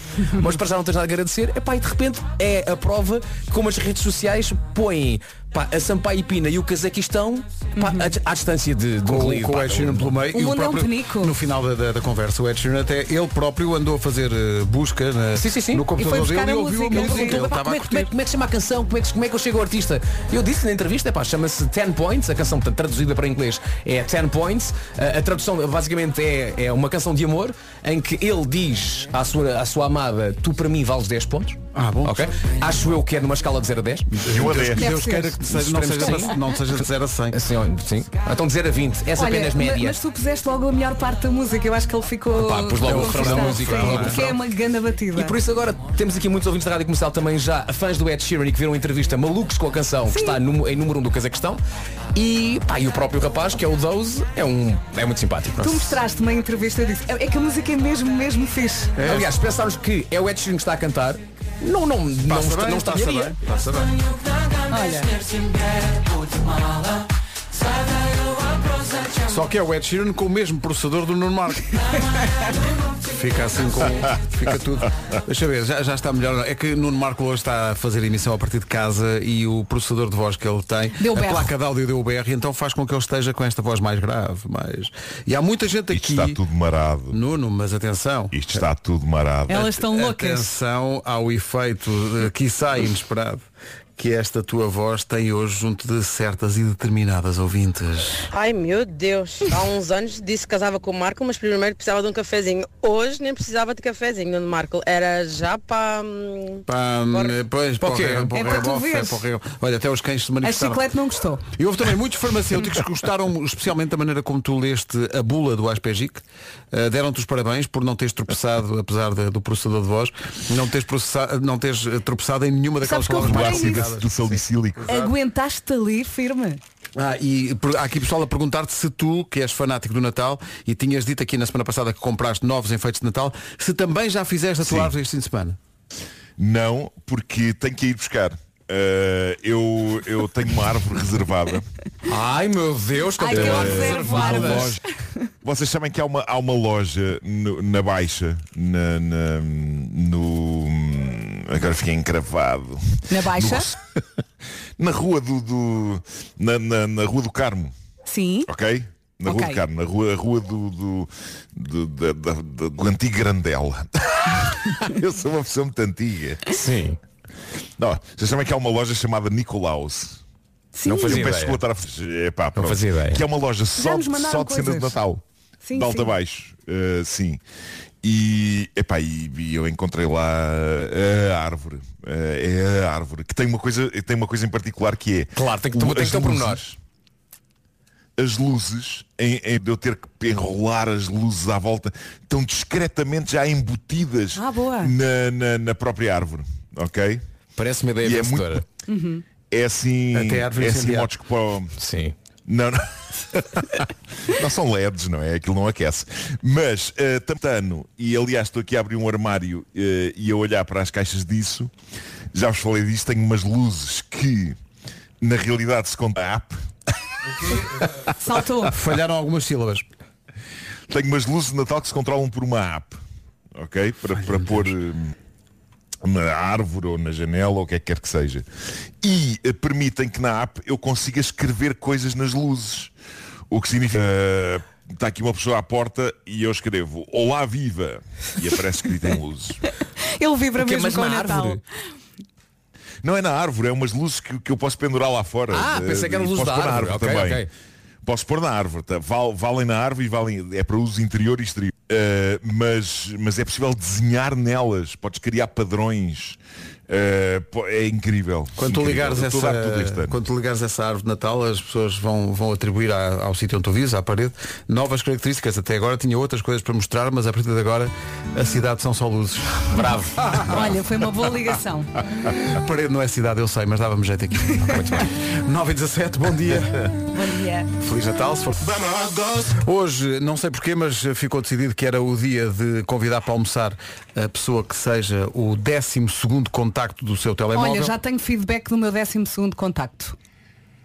B: mas para já não tens nada a agradecer, epá, e de repente é a prova de como as redes sociais põem pá, a Sampaio Pina e o Cazaquistão pá, à, à distância de, de um
A: Uhum.
B: clique,
A: Com, com o
B: pá,
A: Ed
B: de
A: Sheeran
B: um-
A: pelo meio
D: O
A: e o
D: mundo é um
A: próprio,
D: penico.
A: no final da, da- da conversa, o Ed Sheeran até ele próprio andou a fazer eh, busca na-
B: Sim, sim, sim.
A: no
D: E foi
A: computador
D: buscar
A: dele e
D: a
A: ouviu
D: música.
A: a música.
D: Sim,
A: Ele
B: Perguntou-me, pá,
A: estava
B: como,
A: a
B: é, que- como, é,
A: curtir.
B: que- como é que se chama a canção? Como é que, como é que eu chego ao artista? Eu disse na entrevista, pá, chama-se 10 Points, a canção portanto, traduzida para inglês é 10 Points. A, a tradução basicamente é, é uma canção de amor em que ele diz à sua, à sua amada, tu para mim vales 10 pontos.
A: Ah, bom.
B: Ok? Acho eu que é numa escala de 0 a 10.
G: Eu a 10.
A: Deus
D: é ser.
A: queira que seja, não, seja,
B: Esperemos que
A: para- não seja de 0 a 100.
B: Assim, olha, sim. Então de 0 a 20. Essa
D: Olha,
B: apenas
D: ma-
B: média.
D: Mas tu puseste logo a melhor parte da música, eu acho que ele ficou.
B: Pá, pus logo o refrão da
D: Sim,
B: música, logo o
D: Porque é
B: refrão.
D: uma grande batida.
B: E por isso agora temos aqui muitos ouvintes da Rádio Comercial também já fãs do Ed Sheeran e que viram a entrevista malucos com a canção que está no- em número 1 um do Cazaquistão. E, pá, e o próprio rapaz, que é o Doze, é, um, é muito simpático.
D: Tu mostraste uma entrevista eu disse, é é que a música é mesmo, mesmo fixe.
B: Aliás, se pensarmos que é o Ed Sheeran que está a cantar, não, não, não,
A: Passa
B: está,
A: bem,
B: não está
A: passa bem, passa bem.
D: Olha,
A: Só que é o Ed Sheeran com o mesmo processador do Nuno Marco. fica assim com. Fica tudo. Deixa eu ver, já, já está melhor. É que Nuno Marco hoje está a fazer emissão a partir de casa e o processador de voz que ele tem,
D: Deu
A: a
D: berro.
A: placa de áudio deu o BR, então faz com que ele esteja com esta voz mais grave. Mais... E há muita gente aqui.
G: Isto está tudo marado.
A: Nuno, mas atenção.
G: Isto está tudo marado.
D: elas estão loucas.
A: Atenção ao efeito, eh, quiçá inesperado, que esta tua voz tem hoje junto de certas e determinadas ouvintes.
I: Ai meu Deus, há uns anos disse que casava com o Marco, mas primeiro precisava de um cafezinho. Hoje nem precisava de cafezinho, Nuno Marco. Era já para. hum,
A: Pá, eh,
I: Por-
A: pois, para o
B: quê?
A: rebo-
D: É
A: o
D: para tu
A: rebofe, é
D: veres.
A: para o rebo- Olha, até os cães se
D: A
A: manifestaram.
D: chiclete não gostou.
A: E houve também muitos farmacêuticos que gostaram especialmente da maneira como tu leste a bula do Aspegic. Eh, Deram-te os parabéns por não teres tropeçado, apesar de- do processador de voz, não teres, processa- não teres eh, tropeçado em nenhuma daquelas
D: Sabes que eu
A: palavras
G: Do
A: mais
D: reparei nisso.
G: ácido
A: complicadas.
G: do salicílico.
D: É. Aguentaste ali firme.
A: Ah, e per- há aqui pessoal a perguntar-te se tu, que és fanático do Natal e tinhas dito aqui na semana passada que compraste novos enfeites de Natal, se também já fizeste a tua
G: Sim.
A: árvore este fim de semana.
G: Não, porque tenho que ir buscar. Eh, eu, eu tenho uma árvore reservada.
B: Ai meu Deus,
D: Ai, que
B: contente.
D: reservadas.
G: Vocês sabem que há uma, há uma loja no- na Baixa, na, na- no. hum, Agora fiquei encravado.
D: Na Baixa?
G: No- na rua do. do- na, na- na rua do Carmo,
D: Sim.
G: ok? Na rua
D: Ok.
G: do Carmo, na rua, rua do, do, do- da- da- da- do antigo Grandela. Eu sou uma pessoa muito antiga.
B: Sim.
G: Não, vocês sabem que há uma loja chamada Nicolaus.
D: Sim.
G: Não fazia
B: Fazia
G: ideia.
B: ideia.
G: Estar a... Epá, pronto.
B: fazia ideia.
G: Que é uma loja só,
D: Já
G: de,
D: nos mandaram
G: só de cenas de
D: coisas.
G: Natal.
D: Sim,
G: de alto
D: sim.
G: a baixo. Uh, sim. E, epá, e, e eu encontrei lá a árvore. Uh, é a árvore. Que tem uma coisa, tem uma coisa em particular que é.
B: Claro, tem que-
G: o-
B: tem que
G: as
B: ter um
G: luzes.
B: pormenor.
G: As luzes, em, em- de eu ter que enrolar as luzes à volta, estão discretamente já embutidas
D: Ah, boa.
G: na, na, na própria árvore. Ok?
B: Parece uma ideia
G: E é
B: vencedora.
G: muito- É assim.
A: Até a árvore
G: é assim
A: incendiar.
G: motos que para o-
B: Sim.
G: Não, não. não são LEDs, não é? Aquilo não aquece. Mas eh, tantano, e aliás estou aqui a abrir um armário eh, e a olhar para as caixas disso, já vos falei disso, tenho umas luzes que na realidade se conta a app.
D: Saltou.
A: Falharam algumas sílabas.
G: Tenho umas luzes de Natal que se controlam por uma app. Ok? Para, para pôr eh, na árvore ou na janela ou o que é que quer que seja. E eh, permitem que na app eu consiga escrever coisas nas luzes. O que significa. eh, Está aqui uma pessoa à porta e eu escrevo Olá viva! E aparece escrito em luzes.
D: Ele vibra
B: Ok,
D: mesmo
B: mas
D: com o
B: na
D: Natal.
B: árvore?
G: Não é na árvore, é umas luzes que, que eu posso pendurar lá fora.
B: Ah,
G: Eh,
B: pensei que eram
G: e
B: luzes
G: posso
B: da
G: pôr na
B: árvore. Ok,
G: também.
B: ok.
G: Posso pôr na árvore, tá? Val- valem na árvore e valem, é para uso interior e exterior. Eh, mas, mas é possível desenhar nelas, podes criar padrões. Eh, po- é incrível.
A: Quando tu,
G: Incrível.
A: ligares
G: Eu estou a dar tudo este
A: essa,
G: ano.
A: quando tu ligares essa árvore de Natal, as pessoas vão, vão atribuir à- ao sítio onde tu vives, à parede, novas características. Até agora tinha outras coisas para mostrar, mas a partir de agora a cidade são só luzes.
B: Bravo.
D: Olha, foi uma boa ligação.
B: Ah.
A: A parede não é cidade, eu sei, mas dava-me jeito aqui. Muito bem. 9 e 17, bom dia.
D: Bom dia.
A: Feliz Natal, se for. Hoje, não sei porquê, mas ficou decidido que era o dia de convidar para almoçar a pessoa que seja o 12 segundo contacto do seu telemóvel.
D: Olha, já tenho feedback do meu 12 segundo contacto.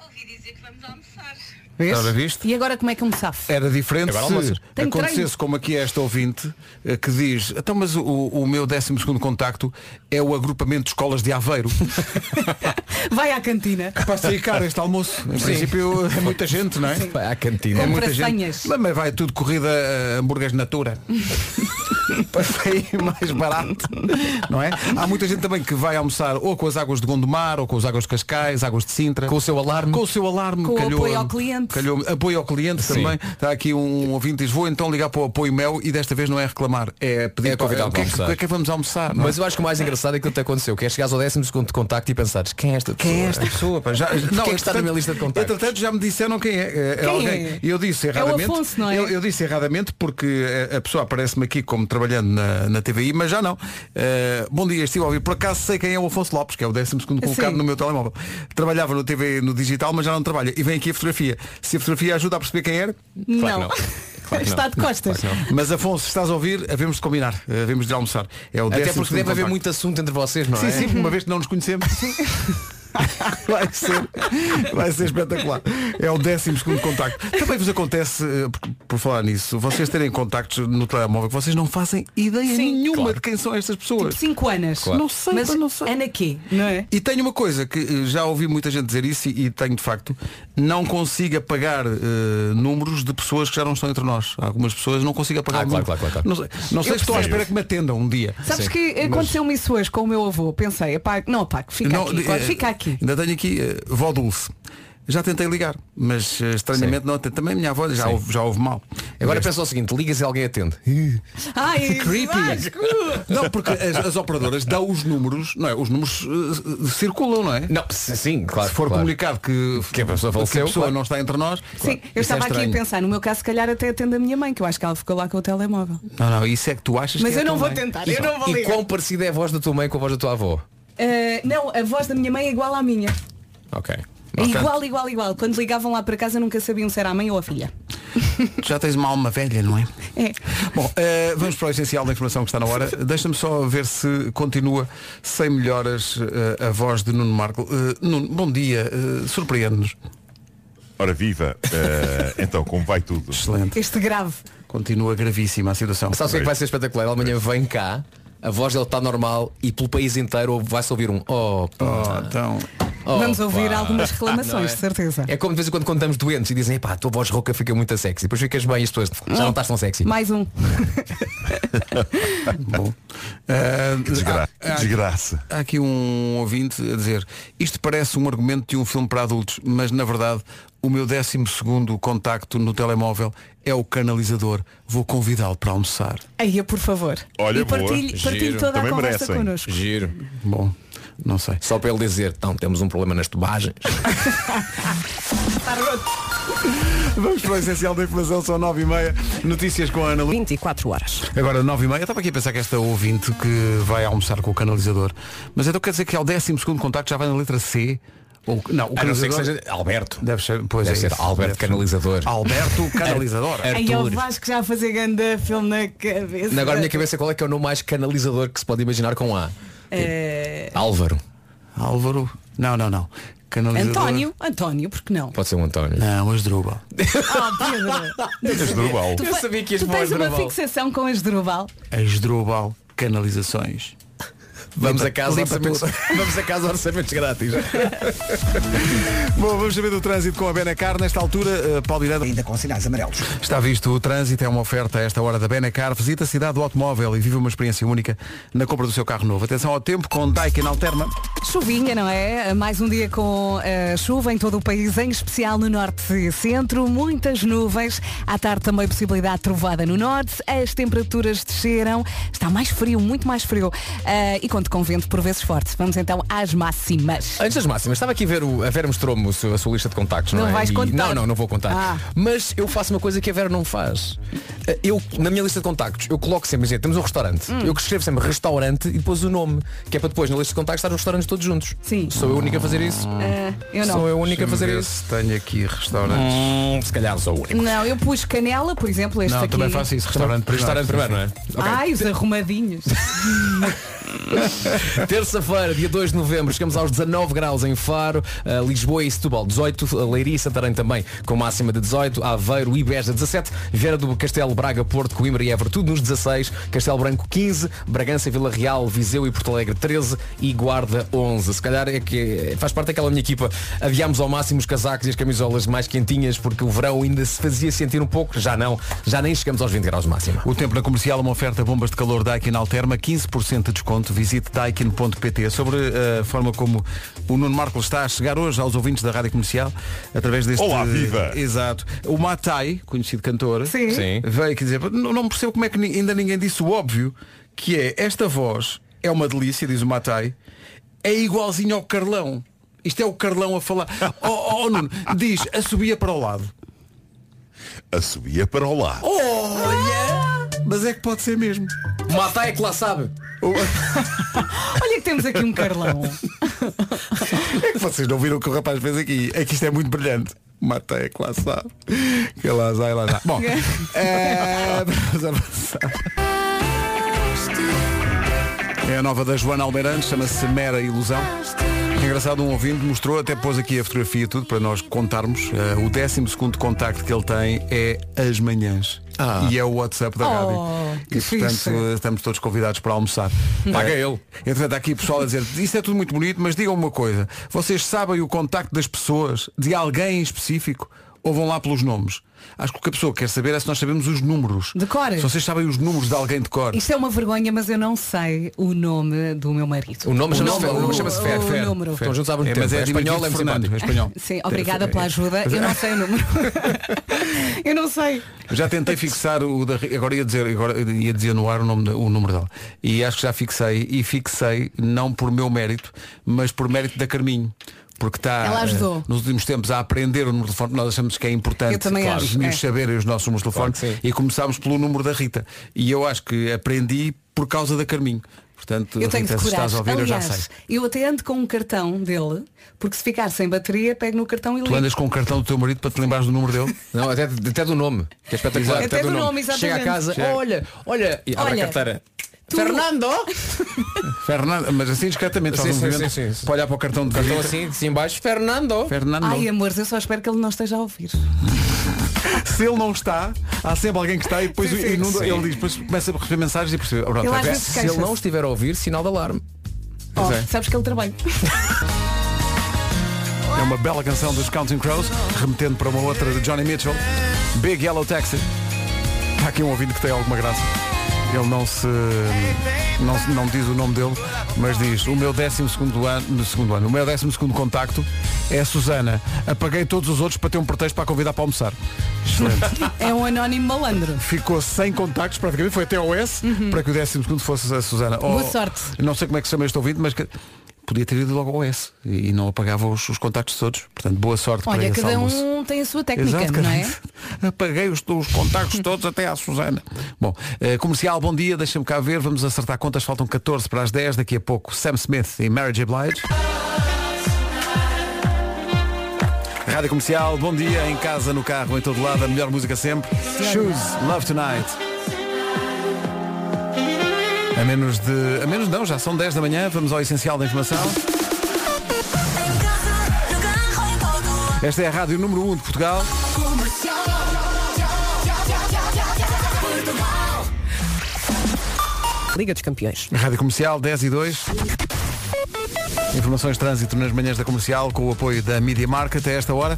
I: Ouvi dizer que vamos almoçar.
D: Vês?
A: Ora, viste?
D: E agora como é que eu me safo?
A: Era diferente
B: Agora
A: se
B: almoças.
D: Tenho
A: acontecesse
D: treino.
A: como aqui é esta ouvinte eh, que diz, então mas o, o meu 12 segundo contacto é o agrupamento de escolas de Aveiro.
D: Vai à cantina.
A: Capaz de sair caro este almoço. Em princípio é muita gente, não é?
B: Vai à cantina.
A: É muita
D: Compra senhas.
A: gente. Mas mas vai tudo corrida a hambúrgueres natura. Para sair mais barato. Não é? Há muita gente também que vai almoçar ou com as águas de Gondomar, ou com as águas de Cascais, águas de Sintra.
B: Com o seu alarme.
A: Com o seu alarme.
D: Com o apoio ao cliente.
A: calhou- apoio ao cliente também. Está aqui um ouvinte diz, vou então ligar para o apoio mel e desta vez não é reclamar, é pedir
B: É convidar
A: o que é, que,
B: para almoçar.
A: o que é que vamos almoçar. não é?
B: Mas eu acho que o mais engraçado é aquilo que te aconteceu, que é chegares ao décimo segundo de contacto e pensares, quem é esta pessoa?
A: Quem é esta pessoa? pá? Já,
B: Quem é que está na
A: entretanto-
B: minha lista de contactos?
A: Entretanto, já me disseram quem é. É, é
D: é?
A: alguém. E Eu disse
D: É o
A: erradamente.
D: Afonso, não é?
A: eu, eu disse erradamente porque eh, a pessoa aparece-me aqui como trabalhando na, na TVI, mas já não. Eh, bom dia, estive a ouvir. Por acaso sei quem é o Afonso Lopes, que é o 12 colocado
D: Sim.
A: no meu telemóvel. Trabalhava no TV no digital, mas já não trabalha. E vem aqui a fotografia. Se a fotografia ajuda a perceber quem era,
D: Não.
B: não. Claro que
D: Está
B: não.
D: de costas.
A: mas Afonso, estás a ouvir, havemos de combinar, eh, havemos de almoçar. É o
B: Até
A: 12º
B: porque deve haver
A: contacto.
B: muito assunto entre vocês, não
A: Sim,
B: é?
A: sim, uma vez que não nos conhecemos. Vai ser, vai ser espetacular. É o décimo segundo contacto. Também vos acontece, eh, por, por falar nisso, vocês terem contactos no telemóvel que vocês não fazem ideia
D: Sim.
A: nenhuma de quem são estas pessoas.
D: Tipo Cinco anos.
A: Não sei,
D: Mas
A: pá, não sei.
D: Ana quê? Não é?
A: E tenho uma coisa que eh, já ouvi muita gente dizer isso e, e tenho de facto, não consigo apagar eh, números de pessoas que já não estão entre nós. Algumas pessoas não consigo apagar.
B: Ah, claro,
A: número.
B: claro, claro,
A: Não sei, não sei se estou à espera que me atendam um dia.
D: Sabes
B: Sim,
D: que aconteceu-me isso hoje com o meu avô. Pensei, pá, não, pá, fica
A: Não,
D: aqui.
A: eh,
D: Claro, fica aqui.
A: Ainda tenho aqui eh, vó Dulce. Já tentei ligar, mas eh, estranhamente não atende. Também a minha avó já ouve, já ouve mal.
B: Agora pensa o seguinte, ligas e alguém atende.
D: Ai, Vasco!
A: Não, porque as, as operadoras dão os números, não é? Os números eh, circulam, não é?
B: Não, se- sim, claro.
A: Se for
B: claro.
A: comunicado que,
B: Que a pessoa faleceu,
A: pessoa
B: claro.
A: não está entre nós.
D: Sim, eu
B: Isso é
D: estava aqui a
B: estranho.
D: pensar, no meu caso, se calhar até atendo a minha mãe, que eu acho que ela ficou lá com o telemóvel.
A: Não, não, isso é que tu achas
D: Mas
A: que é
D: eu não vou
A: também.
D: tentar, eu não vou
B: E
D: ligar.
B: quão parecida é a voz da tua mãe com a voz da tua avó?
D: Ah, não, a voz da minha mãe é igual à minha.
B: Ok.
D: É igual, igual, igual. Quando ligavam lá para casa nunca sabiam se era a mãe ou a filha.
A: Tu Já tens uma alma velha, não é?
D: É.
A: Bom, eh, vamos para o essencial da informação que está na hora. Deixa-me só ver se continua sem melhoras eh, a voz de Nuno Marco. Eh, Nuno, bom dia, eh, surpreende-nos.
G: Ora viva, Eh, então, como vai tudo?
A: Excelente.
D: Este grave.
A: Continua gravíssima a situação.
B: Sabes o que é que vai ser espetacular? Ele amanhã vem cá, a voz dele está normal e pelo país inteiro vai-se ouvir um oh,
A: Oh, então,
B: oh,
D: Vamos ouvir
B: pá."
D: algumas reclamações,
B: Não é?
D: de certeza.
B: É como de vez em quando quando estamos doentes e dizem, pá, a tua voz rouca fica muito sexy. Depois ficas bem e as tuas já não estás tão sexy.
D: Mais um.
A: bom. Eh,
G: Desgra-
A: há- há-
G: Desgraça.
A: Há aqui um ouvinte a dizer Isto parece um argumento de um filme para adultos Mas na verdade o meu 12 segundo contacto no telemóvel É o canalizador Vou convidá-lo para almoçar
D: Aí, por favor.
G: Olha,
D: e partilhe,
G: boa.
D: partilhe
B: Giro.
D: toda
G: Também
D: a conversa
G: merecem.
D: connosco.
B: Giro.
A: Bom, não sei
B: Só para ele dizer, então temos um problema nas tubagens.
A: Vamos para o essencial da informação, são 9 e meia Notícias com a Ana Lu
F: 24 horas.
A: Agora 9 e meia, eu estava aqui a pensar que esta ouvinte Que vai almoçar com o canalizador Mas então quer dizer que ao 12 segundo contacto já vai na letra C ou, Não, o
B: A não ser que
A: canalizador
B: seja Alberto.
A: Deve ser, pois
B: Deve
A: é
B: ser
A: isso.
B: Alberto
A: Deve ser.
B: Canalizador.
A: Alberto Canalizador
D: Aí é o Vasco já a fazer grande filme na cabeça.
B: Agora minha cabeça qual é que é o nome mais canalizador que se pode imaginar com A?
D: É,
B: Álvaro.
A: Álvaro. Não, não, não. Canalizador.
D: António, António, porque não?
B: Pode ser um António.
A: Não, Asdrúbal.
D: Ah, Pedro.
G: Esdrubal.
D: Tu,
B: Eu
D: fa-
B: sabia que ias
D: tu
B: para o
D: tens uma
B: Asdrubal.
D: fixação com Asdrubal.
A: Asdrúbal Canalizações.
B: Vamos
A: Limpa-
B: a casa
A: limpa
B: orçamentos, vamos a casa orçamentos grátis.
A: Bom, vamos saber do trânsito com a Benacar. Nesta altura, eh, Paulo Miranda
C: Ainda com sinais amarelos.
A: está visto o trânsito. É uma oferta a esta hora da Benacar. Visita a cidade do automóvel e vive uma experiência única na compra do seu carro novo. Atenção ao tempo com Daikin Alterna.
D: Chuvinha, não é? Mais um dia com eh, chuva em todo o país, em especial no norte e centro. Muitas nuvens. À tarde também possibilidade de trovada no norte. As temperaturas desceram. Está mais frio, muito mais frio. Eh, e conto com vento por vezes forte. Vamos então às máximas.
B: Antes das máximas, estava aqui a ver o, a Vera mostrou-me o seu- a sua lista de contactos, não,
D: Não
B: é?
D: vais
B: E-
D: contar.
B: Não, não, não vou contar.
D: Ah.
B: Mas eu faço uma coisa que a Vera não faz. Eh, Eu, na minha lista de contactos, eu coloco sempre, imagina, temos um restaurante.
D: Hum.
B: Eu que escrevo sempre restaurante e depois o nome, que é para depois na lista de contactos estar os restaurantes todos juntos.
D: Sim.
B: Sou eu a única a fazer isso.
D: Eh, eu
B: Sou
D: não.
B: eu a única a fazer
A: Ver
B: isso.
A: se Tenho aqui restaurantes.
B: Hum, se calhar sou o único.
D: Não, eu pus canela, por exemplo, este
A: Não,
D: aqui.
A: também faço isso. Restaurante primeiro.
B: Restaurante primeiro, não é? Ok.
D: Ai, os arrumadinhos.
B: Terça-feira, dia 2 de novembro, chegamos aos 19 graus em Faro, eh, Lisboa e Setúbal 18, Leiria e Santarém também com máxima de 18, Aveiro e Beja 17, Vera do Castelo, Braga, Porto, Coimbra e Évora tudo nos 16, Castelo Branco 15, Bragança, Vila Real, Viseu e Porto Alegre 13 e Guarda 11. Se calhar é que faz parte daquela minha equipa, adiámos ao máximo os casacos e as camisolas mais quentinhas porque o verão ainda se fazia sentir um pouco, já não, já nem chegamos aos 20 graus máxima.
A: O tempo na comercial, uma oferta bombas de calor Daikin Alterma, 15% de desconto. Visite daikin.pt. Sobre eh, a forma como o Nuno Marco está a chegar hoje aos ouvintes da rádio comercial, através deste.
G: Olá, viva!
A: Exato. O Matai, conhecido cantor,
D: Sim.
B: Sim.
A: veio aqui dizer: não, não percebo como é que ni- ainda ninguém disse o óbvio, que é esta voz é uma delícia, diz o Matai, é igualzinho ao Carlão. Isto é o Carlão a falar. Oh, oh Nuno, diz, a subia para o lado.
G: A subia para o lado.
A: Mas é que pode ser mesmo.
B: Matai é que lá sabe.
D: Olha que temos aqui um Carlão.
A: É que vocês não viram o que o rapaz fez aqui. É que isto é muito brilhante. Matei, é que lá sabe. Que lá sai, lá sai. Bom, eh, vamos avançar. É a nova da Joana Almeirantes, chama-se Mera Ilusão. Engraçado, um ouvinte mostrou, até pôs aqui a fotografia e tudo para nós contarmos. Eh, o 12 segundo contacto que ele tem é as manhãs. E é o WhatsApp da
D: Oh,
A: rádio.
D: que
A: E portanto
D: fixe.
A: eh, estamos todos convidados para almoçar.
B: Paga
A: Eh,
B: ele.
A: Entretanto, há aqui pessoal a dizer, isto é tudo muito bonito, mas digam uma coisa, vocês sabem o contacto das pessoas, de alguém em específico, ou vão lá pelos nomes? Acho que o que a pessoa quer saber é se nós sabemos os números.
D: De cor.
A: Se vocês sabem os números de alguém de cor.
D: Isto é uma vergonha, mas eu não sei o nome do meu marido.
B: O nome chama-se
D: nome,
B: Fer. O nome
D: o-
B: chama-se Fer.
D: o
B: Fer.
D: número.
B: Estão juntos há muito
A: É,
B: tempo.
A: mas é,
B: é espanhol, é
A: diminuto de
B: muito
A: Fernando, é
B: simpático.
A: espanhol.
D: Sim, obrigada pela ajuda. Eu não sei o número. Eu não sei.
A: Já tentei fixar o da Ri- agora ia dizer, agora ia dizer no ar o, nome, da- o número dela. E acho que já fixei e fixei não por meu mérito, mas por mérito da Carminho. Porque está
D: Ela
A: eh,
D: ajudou.
A: nos últimos tempos a aprender o número de telefone, nós achamos que é importante
D: Eu também
A: claro,
D: acho,
A: os miúdos
D: é.
A: saberem os nossos números de telefone
B: Claro que sim.
A: e começámos pelo número da Rita. E eu acho que aprendi por causa da Carminho. Portanto,
D: Eu tenho
A: Rita,
D: de
A: se
D: coragem.
A: estás a ouvir, eu já
D: Aliás,
A: sei.
D: eu até ando com um cartão dele, porque se ficar sem bateria, pego no cartão e
A: Tu
D: ligo.
A: andas com o cartão do teu marido para te lembrares do número dele?
B: Não, até, até do nome, que é espetacular.
D: Até do nome, exatamente.
B: Chega a casa,
A: Chega.
B: olha, olha, e abre
D: Olha,
B: a carteira.
D: tu-
B: Fernando!
A: Fernando, mas assim discretamente, faz
B: Sim,
A: um
B: sim,
A: movimento
B: sim, sim, sim.
A: para olhar para o cartão de
B: Cartão
A: visita.
B: assim, assim embaixo, Fernando!
A: Fernando.
D: Ai, amores, eu só espero que ele não esteja a ouvir.
A: se ele não está, há sempre alguém que está e depois
D: Sim, sim.
A: inunda-
B: Sim.
A: ele diz, depois começa a receber mensagens e percebe. Pronto, é
D: Ele às
A: bem.
D: vezes
B: Se ele não estiver a ouvir, sinal de alarme.
D: Oh, sabes que ele trabalha.
A: É
D: "Ah."
A: uma bela canção dos Counting Crows, remetendo para uma outra de Johnny Mitchell, Big Yellow Taxi. Há aqui um ouvinte que tem alguma graça. Ele não se. não, se- não diz o nome dele, mas diz, o meu 12 segundo ano, no segundo ano, o meu 12 segundo contacto é a Susana. Apaguei todos os outros para ter um pretexto para a convidar para almoçar. Excelente.
D: É um anónimo malandro.
A: Ficou sem contactos praticamente, foi até ao S para que o 12 segundo fosse a Susana.
D: Uhum.
A: Oh,
D: Boa sorte.
A: Não sei como é que se chama este ouvinte, mas que- podia ter ido logo ao S e não apagava os, os contactos todos. Portanto, boa sorte para
D: Olha,
A: esse
D: cada
A: almoço.
D: um tem a sua técnica,
A: Exato,
D: não
A: cada-
D: é?
A: Apaguei os, os contactos todos até à Susana. Bom, eh, comercial, bom dia, deixa-me cá ver, vamos acertar contas, faltam 14 para as 10, daqui a pouco Sam Smith e Mary J. Blige. Rádio Comercial, bom dia, em casa, no carro, em todo lado, a melhor música sempre. Shoes, Love Tonight. A menos de. A menos não, já são 10 da manhã, vamos ao essencial da informação.
E: Em casa, no carro, em todo lado.
A: Esta é a rádio número 1 de Portugal.
E: Comercial. Portugal.
F: Liga dos Campeões.
A: Rádio Comercial 10 e 2. Informações de trânsito nas manhãs da comercial com o apoio da Media Market a esta hora.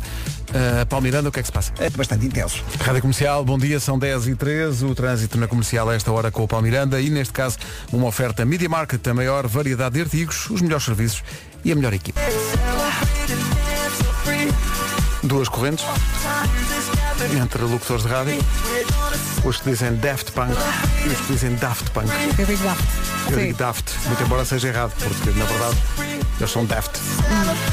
A: Uh, Paulo Miranda, o que é que se passa?
C: É bastante intenso.
A: Rádio Comercial, bom dia, são 10 e 13 O trânsito na comercial a esta hora com o Paulo Miranda e, neste caso, uma oferta Media Market, a maior variedade de artigos, os melhores serviços e a melhor equipe. Duas correntes entre locutores de rádio. Os que dizem Daft Punk e os que dizem Daft Punk.
D: Eu digo lá.
A: Eu
D: Sim,
A: digo então. Daft, muito embora seja errado, porque na verdade eles são Daft.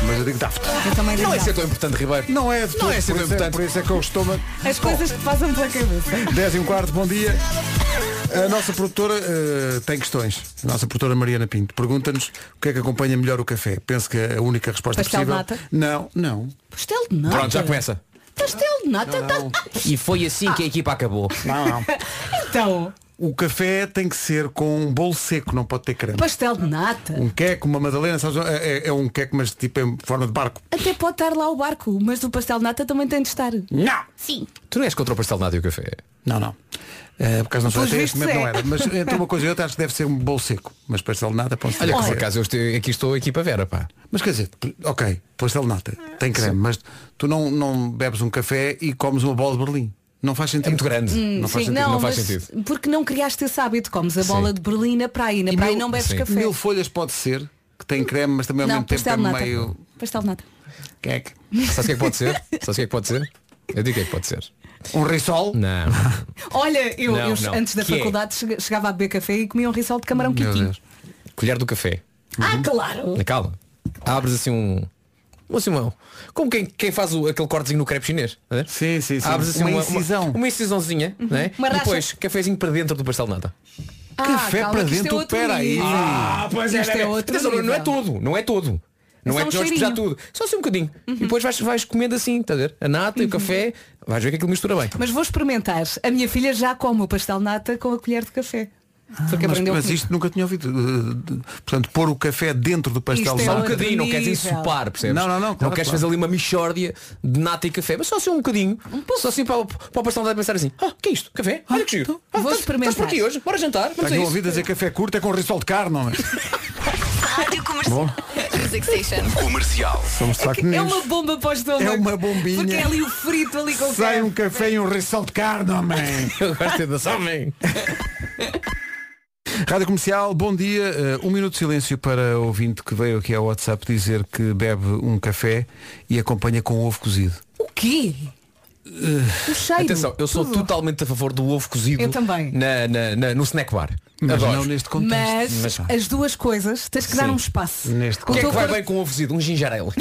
A: Mas eu digo Daft.
D: eu também digo
B: Não é
D: lá.
B: ser tão importante, Ribeiro.
A: Não é, de
B: Não é
A: tudo,
B: assim tão
A: por isso é-
B: importante.
A: Por isso é que eu estou.
D: As coisas que passam pela cabeça.
A: 10 e um quarto, bom dia. A nossa produtora eh, tem questões. A nossa produtora Mariana Pinto pergunta-nos o que é que acompanha melhor o café. Penso que a única resposta
D: Pastel de
A: possível.
D: nata?
A: Não, não.
D: Pastel de nata.
B: Pronto, já começa.
D: Pastel de nata. tá-
B: E foi assim que a equipa acabou.
A: Não, não.
D: Então,
A: o café tem que ser com um bolo seco, não pode ter creme.
D: Pastel de nata.
A: Um queque, uma madalena, sabes, é, é- é um queque, mas tipo em forma de barco.
D: Até pode estar lá o barco, mas o pastel de nata também tem de estar.
A: Não!
D: Sim.
B: Tu não és contra o pastel de nada e o café?
A: Não, não. Eh, por acaso não sei,
D: Pelos
A: até este
D: vistos
A: momento
D: é.
A: não era. Mas entre uma coisa e outra, acho que deve ser um bolo seco. Mas pastel de nata, pode ser.
B: Olha, que por
D: Olha.
B: acaso eu este- aqui estou aqui para Vera, pá.
A: Mas quer dizer, ok, pastel de nata, tem creme, mas tu não, não bebes um café e comes uma bola de Berlim. Não faz sentido.
B: É muito grande.
A: Não faz
D: Sim,
A: sentido.
D: não,
B: não faz
D: mas
B: sentido.
D: Porque não criaste esse hábito, comes a bola de Berlim na praia e na
A: E
D: praia
A: mil-
D: não bebes
B: sim.
D: café.
A: Mil folhas pode ser, que tem creme, mas também ao
D: não,
A: mesmo tempo
D: pastel
A: é
D: de nata.
A: meio.
D: Pastel de nata.
A: Queque.
B: Sabes o que é que pode ser? Sabes o que é que pode ser? Eu digo o que é que pode ser.
A: Um risol?
B: Não.
D: Olha, eu,
B: Não,
D: eu
B: não.
D: antes da
B: Que é?
D: faculdade chega- chegava a beber café e comia um risol de camarão
A: Meu
D: quentinho.
A: Deus.
B: Colher do café.
D: Ah, claro.
B: Na calma. Abres assim um. um Assim, um, como quem, quem faz o- aquele cortezinho no crepe chinês. não é?
A: Sim, sim, sim.
B: Abres assim
A: uma,
B: uma,
A: incisão.
B: Uma, uma incisãozinha. não é?
D: Uhum. Uma
B: E
D: racha.
B: depois cafezinho para dentro do pastel de nata.
A: Café
D: calma,
A: para
D: Ah, que isto
A: dentro,
D: é outro
A: pera aí.
D: nível.
B: Ah, pois
D: Isto é outro
B: Atenção, não- não é
D: nível.
B: todo, não é todo. Não é,
D: É só um
B: que nós já
D: cheirinho. Uhum.
B: tudo. Só assim um bocadinho. E depois vais, vais comendo assim, está a ver? A nata e o café, vais ver que aquilo mistura bem.
D: Mas vou experimentar. A minha filha já come o pastel de nata com a colher de café.
A: Ah,
D: Porque
A: Mas,
D: aprendeu
A: mas
D: comigo.
A: isto nunca tinha ouvido. Uh, de- Portanto, pôr o café dentro do pastel
D: Isto
A: de
D: é
B: Só um
A: nata.
D: outro
B: bocadinho, não queres
D: nível.
B: ensopar, percebes?
A: Não, não, não, claro,
B: não queres
A: claro.
B: fazer ali uma mixórdia de nata e café, mas só assim um bocadinho. só assim para, o- para o pastel de nata pensar assim, ah, que é isto? Café? Olha que giro. Ah,
D: então, Vou
B: estás-
D: experimentar.
B: Estás por aqui hoje? Bora jantar? Vamos a
A: Tenho
B: isso.
A: ouvido dizer café curto é com risol de carne, não é?
F: Rádio Comercial. Music Station.
A: Somos de
D: Que
A: facto
D: É
A: um nisso.
D: uma bomba para o estômago.
A: É uma bombinha.
D: Porque é ali o frito ali com o
A: Sai um
D: café.
A: café e um risol de carne, homem.
B: Eu gosto de dançar, homem.
A: Rádio Comercial, bom dia. Uh, um minuto de silêncio para o ouvinte que veio aqui ao WhatsApp dizer que bebe um café e acompanha com ovo cozido.
D: O quê?
A: Uh,
D: o cheiro.
B: Atenção, eu sou
D: tudo.
B: totalmente a favor do ovo cozido
D: Eu também.
B: Na, na- na- no snack bar.
A: Mas
B: Adoro.
A: não neste contexto.
D: Mas,
B: um Mas pá.
D: as duas coisas tens que dar
B: Sim.
D: um espaço.
A: Neste
D: o,
B: O que é
D: teu
B: que vai
D: corpo,
B: bem com ovo cozido? Um ginger ale.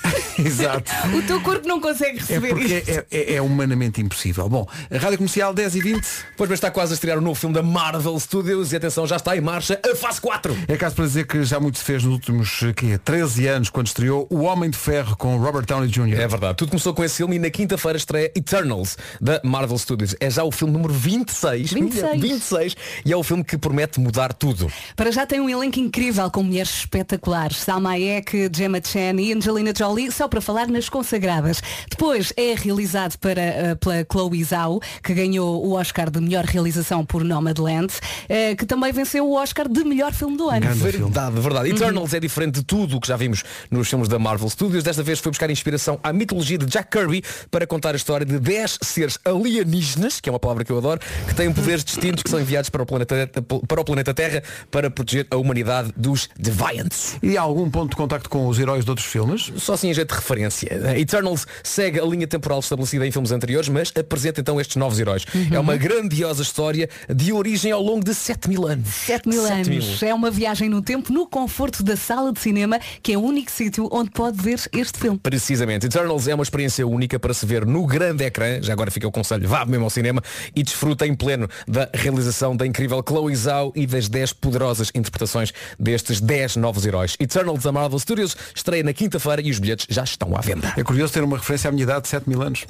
A: Exato.
D: o teu corpo não consegue
A: É
D: receber
A: porque
D: isto.
A: é, é- é humanamente impossível. Bom, a Rádio Comercial 10 e 20
B: Pois bem, está quase a estrear o novo filme da Marvel Studios e atenção, já está em marcha a fase 4.
A: é caso para dizer que já muito se fez nos últimos eh, quê, 13 anos, quando estreou O Homem de Ferro com Robert Downey Jr.
B: É verdade, tudo começou com esse filme e na quinta-feira estreia Eternals da Marvel Studios. É já o filme número 26,
D: 26.
B: 26 e é o filme que promete mudar tudo.
D: Para já tem um elenco incrível com mulheres espetaculares. Salma Hayek, Gemma Chan e Angelina Jolie, só para falar nas consagradas. Depois é realizado para, eh, pela Chloe Zhao, que ganhou o Oscar de melhor realização por Nomadland, eh, que também venceu o Oscar de melhor filme do ano.
A: Grande filme.
B: Verdade, verdade. Eternals é diferente de tudo o que já vimos nos filmes da Marvel Studios. Desta vez foi buscar inspiração à mitologia de Jack Kirby para contar a história de 10 seres alienígenas, que é uma palavra que eu adoro, que têm poderes distintos que são enviados para o planeta, para o planeta Terra para proteger a humanidade dos Deviants.
A: E há algum ponto de contacto com os heróis de outros filmes?
B: Só assim a jeito de referência. Eternals segue a linha temporal estabelecida em filmes anteriores, mas apresenta então estes novos heróis. É uma grandiosa história de origem ao longo de 7 mil anos.
D: 7 mil
B: Sete
D: anos. É uma viagem no tempo, no conforto da sala de cinema, que é o único sítio onde pode ver este filme.
B: Precisamente. Eternals é uma experiência única para se ver no grande ecrã. Já agora fica o conselho. Vá mesmo ao cinema e desfruta em pleno da realização da incrível Chloe Zhao e das 10 poderosas interpretações destes 10 novos heróis. Eternals da Marvel Studios estreia na quinta-feira e os bilhetes já estão à venda.
A: É curioso ter uma referência à minha idade de 7 mil anos.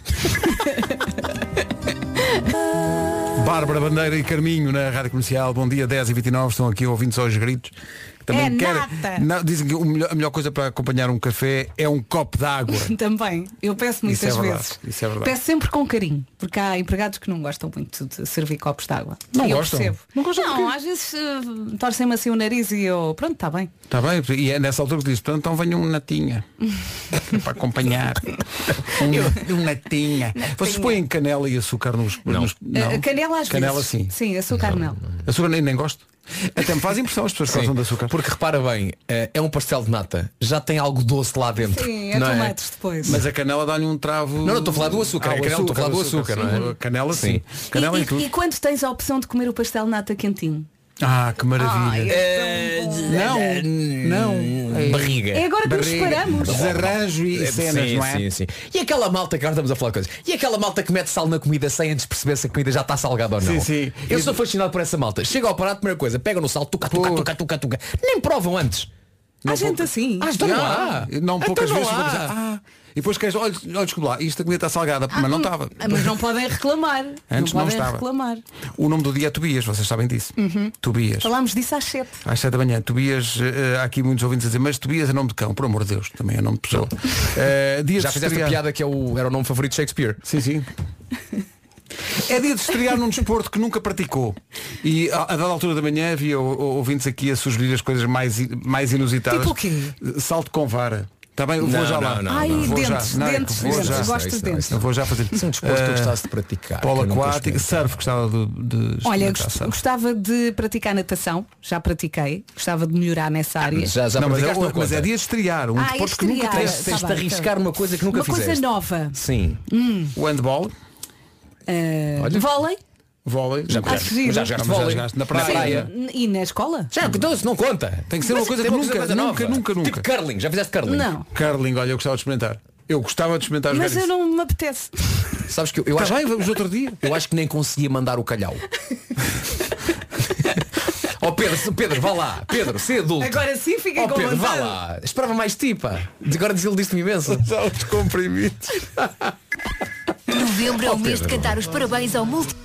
A: Bárbara Bandeira e Carminho na Rádio Comercial, bom dia, 10 e 29 estão aqui ouvindo só os gritos. Também
D: É
A: querem-
D: nata.
A: Não, dizem que o melhor- a melhor coisa para acompanhar um café é um copo de água.
D: Também, eu peço
A: Isso é
D: muitas
A: verdade,
D: vezes.
A: isso é verdade.
D: peço sempre com carinho, porque há empregados que não gostam muito de servir copos de água.
A: Não
D: E eu
A: gostam?
D: percebo. Não, às vezes eh, torcem-me assim o nariz e eu, pronto, está bem.
A: Está bem? E é nessa altura que diz, portanto, então venha um natinha. para acompanhar. Um, um natinha. Vocês põem canela e açúcar nos... nos-
D: Eh, canela às
A: Canela,
D: vezes.
A: sim.
D: Sim, açúcar não.
A: Açúcar nem, nem gosto. Até me faz impressão as pessoas que gostam de açúcar.
B: Porque repara bem, eh, é um pastel de nata. Já tem algo doce lá dentro.
D: Sim, é
B: não
D: tomates depois.
A: Mas a canela dá-lhe um travo.
B: Não, não, estou a falar do açúcar,
A: Ah,
B: é
A: o
B: canela, estou a falar do açúcar,
A: sim.
B: não é?
A: Canela sim.
D: E,
A: Canela
D: e-
A: em tudo.
D: e quando tens a opção de comer o pastel de nata quentinho?
A: Ah, que maravilha.
D: é, tão bom.
A: Não, não.
B: Hum, Barriga. Eh,
D: É agora que nos
A: Barriga,
D: paramos.
A: Desarranjo e cenas,
B: sim,
A: não é?
B: sim, sim. E aquela malta que agora estamos a falar de coisas. E aquela malta que mete sal na comida sem antes perceber se a comida já está salgada ou não.
A: Sim, sim.
B: Eu
A: E-
B: sou fascinado por essa malta. Chega ao prato, primeira coisa, pega no sal, tuca, tuca,
A: Pô.
B: tuca, tuca, tuca. Nem provam antes.
D: Há gente assim.
B: Ah, então não há.
A: Não, poucas
B: então não
A: vezes.
B: há.
A: vou pensar, Ah, E depois queres, olha, olha desculpa lá, isto a comida está salgada, mas não
D: hum,
A: estava.
J: Ah, Mas não podem reclamar.
A: Antes não
J: não podem
A: estava.
J: reclamar.
A: O nome do dia é Tobias, vocês sabem disso.
D: Uhum.
A: Tobias.
J: Falámos disso às 7.
A: Às 7 da manhã, Tobias, eh, há aqui muitos ouvintes a dizer, mas Tobias é nome de cão, por amor de Deus, também é nome de pessoa. Eh, dia
B: Já
A: de
B: fizeste a
A: estrear-
B: piada que é o, era o nome favorito de Shakespeare.
A: Sim, sim. É dia de estrear num desporto que nunca praticou. E a, a dada altura da manhã havia o- o- ouvintes aqui a sugerir as coisas mais, i- mais inusitadas.
D: Tipo o quê?
A: Salto com vara. Está bem, eu vou
B: Não,
A: já lá.
B: não, não,
D: Ai,
B: não.
A: Vou já.
D: dentes,
A: Não, é que
D: dentes,
A: vou
D: dentes.
A: já.
D: Gosto
B: Isso,
D: de
B: isso,
D: dentes.
A: Eu vou já fazer.
B: Isso é um desporto que eu
A: Eh,
B: gostasse de praticar.
A: Polo
B: que eu nunca
A: aquático,
B: gostei.
A: surf gostava de. de
D: Olha,
A: experimentar
D: gost-
A: surf.
D: gostava de praticar natação, já pratiquei, gostava de melhorar nessa área.
B: Já, já
A: Não, mas, é,
B: praticaste uma
A: mas
B: coisa.
A: é dia de estrear, um
D: Ah,
A: desporto que
D: estrear.
A: nunca
D: Tens-
A: tens.
B: Tens
D: Tá
B: de
D: bem, tá
B: arriscar
D: bem.
B: uma coisa que nunca
D: Uma
B: fizeste.
D: coisa nova.
B: Sim.
A: O handball,
D: Ah,
B: Olha.
D: vôlei?
A: vôlei, já
D: Ah, giro.
B: Mas já
A: Ah,
B: jogaste
A: mas já
B: vôlei.
A: jogaste na
D: Sim,
A: praia.
D: E na escola?
B: Já, então isso não conta.
A: Tem que ser uma
B: Mas
A: coisa
B: tem
A: que nunca, nunca,
B: nova.
A: nunca, nunca.
B: Tipo curling. Já fizeste curling?
D: Não.
A: Curling, olha, eu gostava de experimentar. Eu gostava de experimentar
D: Mas
A: jogar
D: eu
A: isso.
D: não me apetece.
B: Sabes que eu, eu
A: Tá
B: acho
A: bem, vamos outro dia.
B: Eu acho que nem conseguia mandar o calhau. oh Pedro, se- Pedro, vá lá. Pedro, se adulto.
D: Agora sim fiquei
B: Oh
D: com
B: Pedro, vá
D: vontade.
B: lá. Esperava mais ti, pá. Agora desiludiste-me imenso.
A: Já os comprimidos.
E: Novembro é o mês de cantar os parabéns ao multi.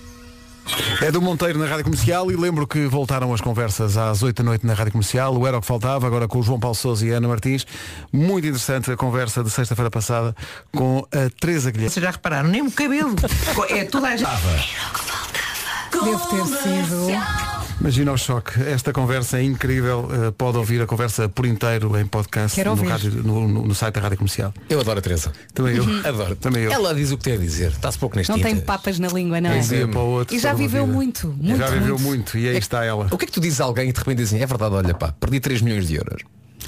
A: É do Monteiro na Rádio Comercial e lembro que voltaram as conversas às 8 da noite na Rádio Comercial, o Era o que Faltava, agora com o João Paulo Sousa e a Ana Martins. Muito interessante a conversa de sexta-feira passada com a Teresa Guilherme.
I: Vocês já repararam, nem o cabelo. É toda a gente.
D: Deve ter
B: é
D: sido.
A: Imagina o choque. Esta conversa é incrível. Eh, pode ouvir a conversa por inteiro em podcast
D: Quero
A: no,
D: ouvir.
A: rádio- no- no- no site da Rádio Comercial.
B: Eu adoro a Teresa.
A: Também eu.
D: Uhum.
B: Adoro.
A: Também eu.
B: Ela diz o que tem a dizer. Está-se pouco neste
D: Não tem
B: Inter.
D: papas na língua, não é?
A: Um dia para o outro,
D: E já
A: sobre uma
D: viveu
A: vida.
D: muito, muito.
A: Já viveu
D: muito.
A: muito e aí está ela.
B: O que é que tu dizes a alguém e de repente dizem, é verdade, olha pá, perdi 3 milhões de euros.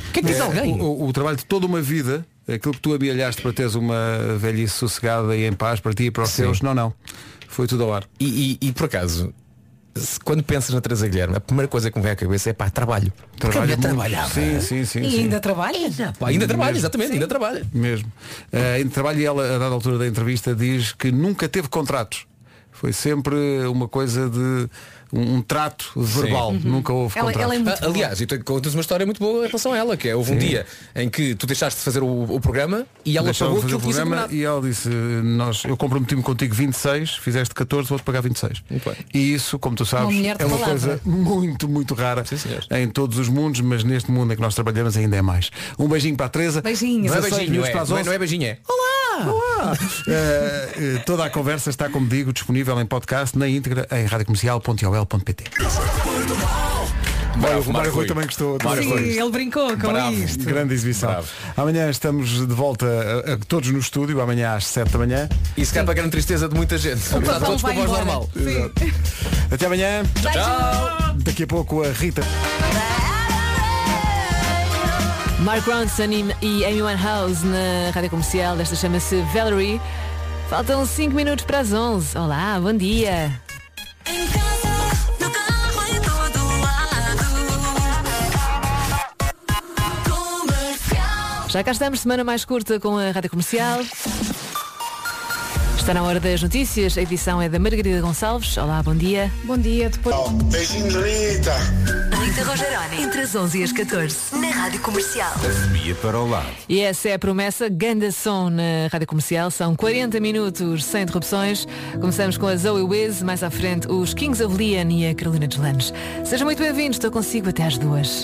B: O que é que diz alguém?
A: O, o- o trabalho de toda uma vida, aquilo que tu amealhaste para teres uma velhice sossegada e em paz para ti e para os
B: Sim.
A: teus, não, não. Foi tudo ao ar.
B: E, e- e, por acaso, se- quando pensas na Teresa Guilherme, a primeira coisa que me vem à cabeça é pá, trabalho. Porque a mulher
A: muito.
B: trabalhava.
A: Sim, sim, sim.
D: E
A: sim.
D: ainda trabalha?
B: é. Pá, ainda trabalha, exatamente, ainda Ah, trabalha.
A: Mesmo. Eh, em trabalho e ela, a dada altura da entrevista, diz que nunca teve contratos. Foi sempre uma coisa de um, um trato verbal. Nunca houve
D: Uhum. Ela-
A: contratos.
D: ela é muito
B: Ah, Aliás, e tu contas uma história muito boa em relação a ela, que é houve um dia em que tu deixaste de fazer o, o programa e ela
A: Deixaram
B: pagou
A: de fazer
B: aquilo
A: o
B: que tinha
A: programa
B: sido
A: e ela disse, nós, eu comprometi-me contigo 26, fizeste 14, vou-te pagar 26.
B: Muito bem.
A: E isso, como tu sabes,
D: Uma mulher de
A: é uma
D: palavra.
A: coisa muito, muito rara
B: Sim, senhor.
A: em todos os mundos, mas neste mundo em que nós trabalhamos ainda é mais. Um beijinho para a Teresa.
D: Beijinho.
B: Não é
A: 16
B: beijinho,
A: minutos
B: é,
A: para as
B: não, é,
A: 11.
B: não é beijinho, é.
A: Olá! Eh, eh, toda a conversa está, como digo, disponível em podcast, na íntegra, em radiocomercial.ol.pt
B: Bravo,
A: O Mário Rui também gostou. também
D: Sim,
A: gostou.
D: ele brincou com
B: Bravo.
D: isto.
A: Grande exibição.
B: Bravo.
A: Amanhã estamos de volta, a- a- todos no estúdio, amanhã às 7 da manhã.
B: Isso cá para a grande tristeza de muita gente. Apesar de todos com a
D: vai
B: voz
D: embora.
B: normal.
D: Sim.
A: Até amanhã. Daqui a pouco a Rita.
J: Mark Ronson e, e Amy Winehouse na rádio comercial. Esta chama-se Valerie. Faltam 5 minutos para as 11. Olá, bom dia.
E: Em casa, no carro, em todo lado. Comercial.
J: Já cá estamos, semana mais curta com a Rádio Comercial. Está na hora das notícias, a edição é da Margarida Gonçalves. Olá, bom dia.
D: Bom dia, depois.
E: Rita Rogeroni,
J: Entre as 11 e as 14.
E: na Rádio Comercial.
J: E essa é a promessa Ganda Som na Rádio Comercial. São 40 minutos sem interrupções. Começamos com a Zoe Wiz, mais à frente os Kings of Leon e a Carolina de Lange. Sejam muito bem-vindos, estou consigo até às duas.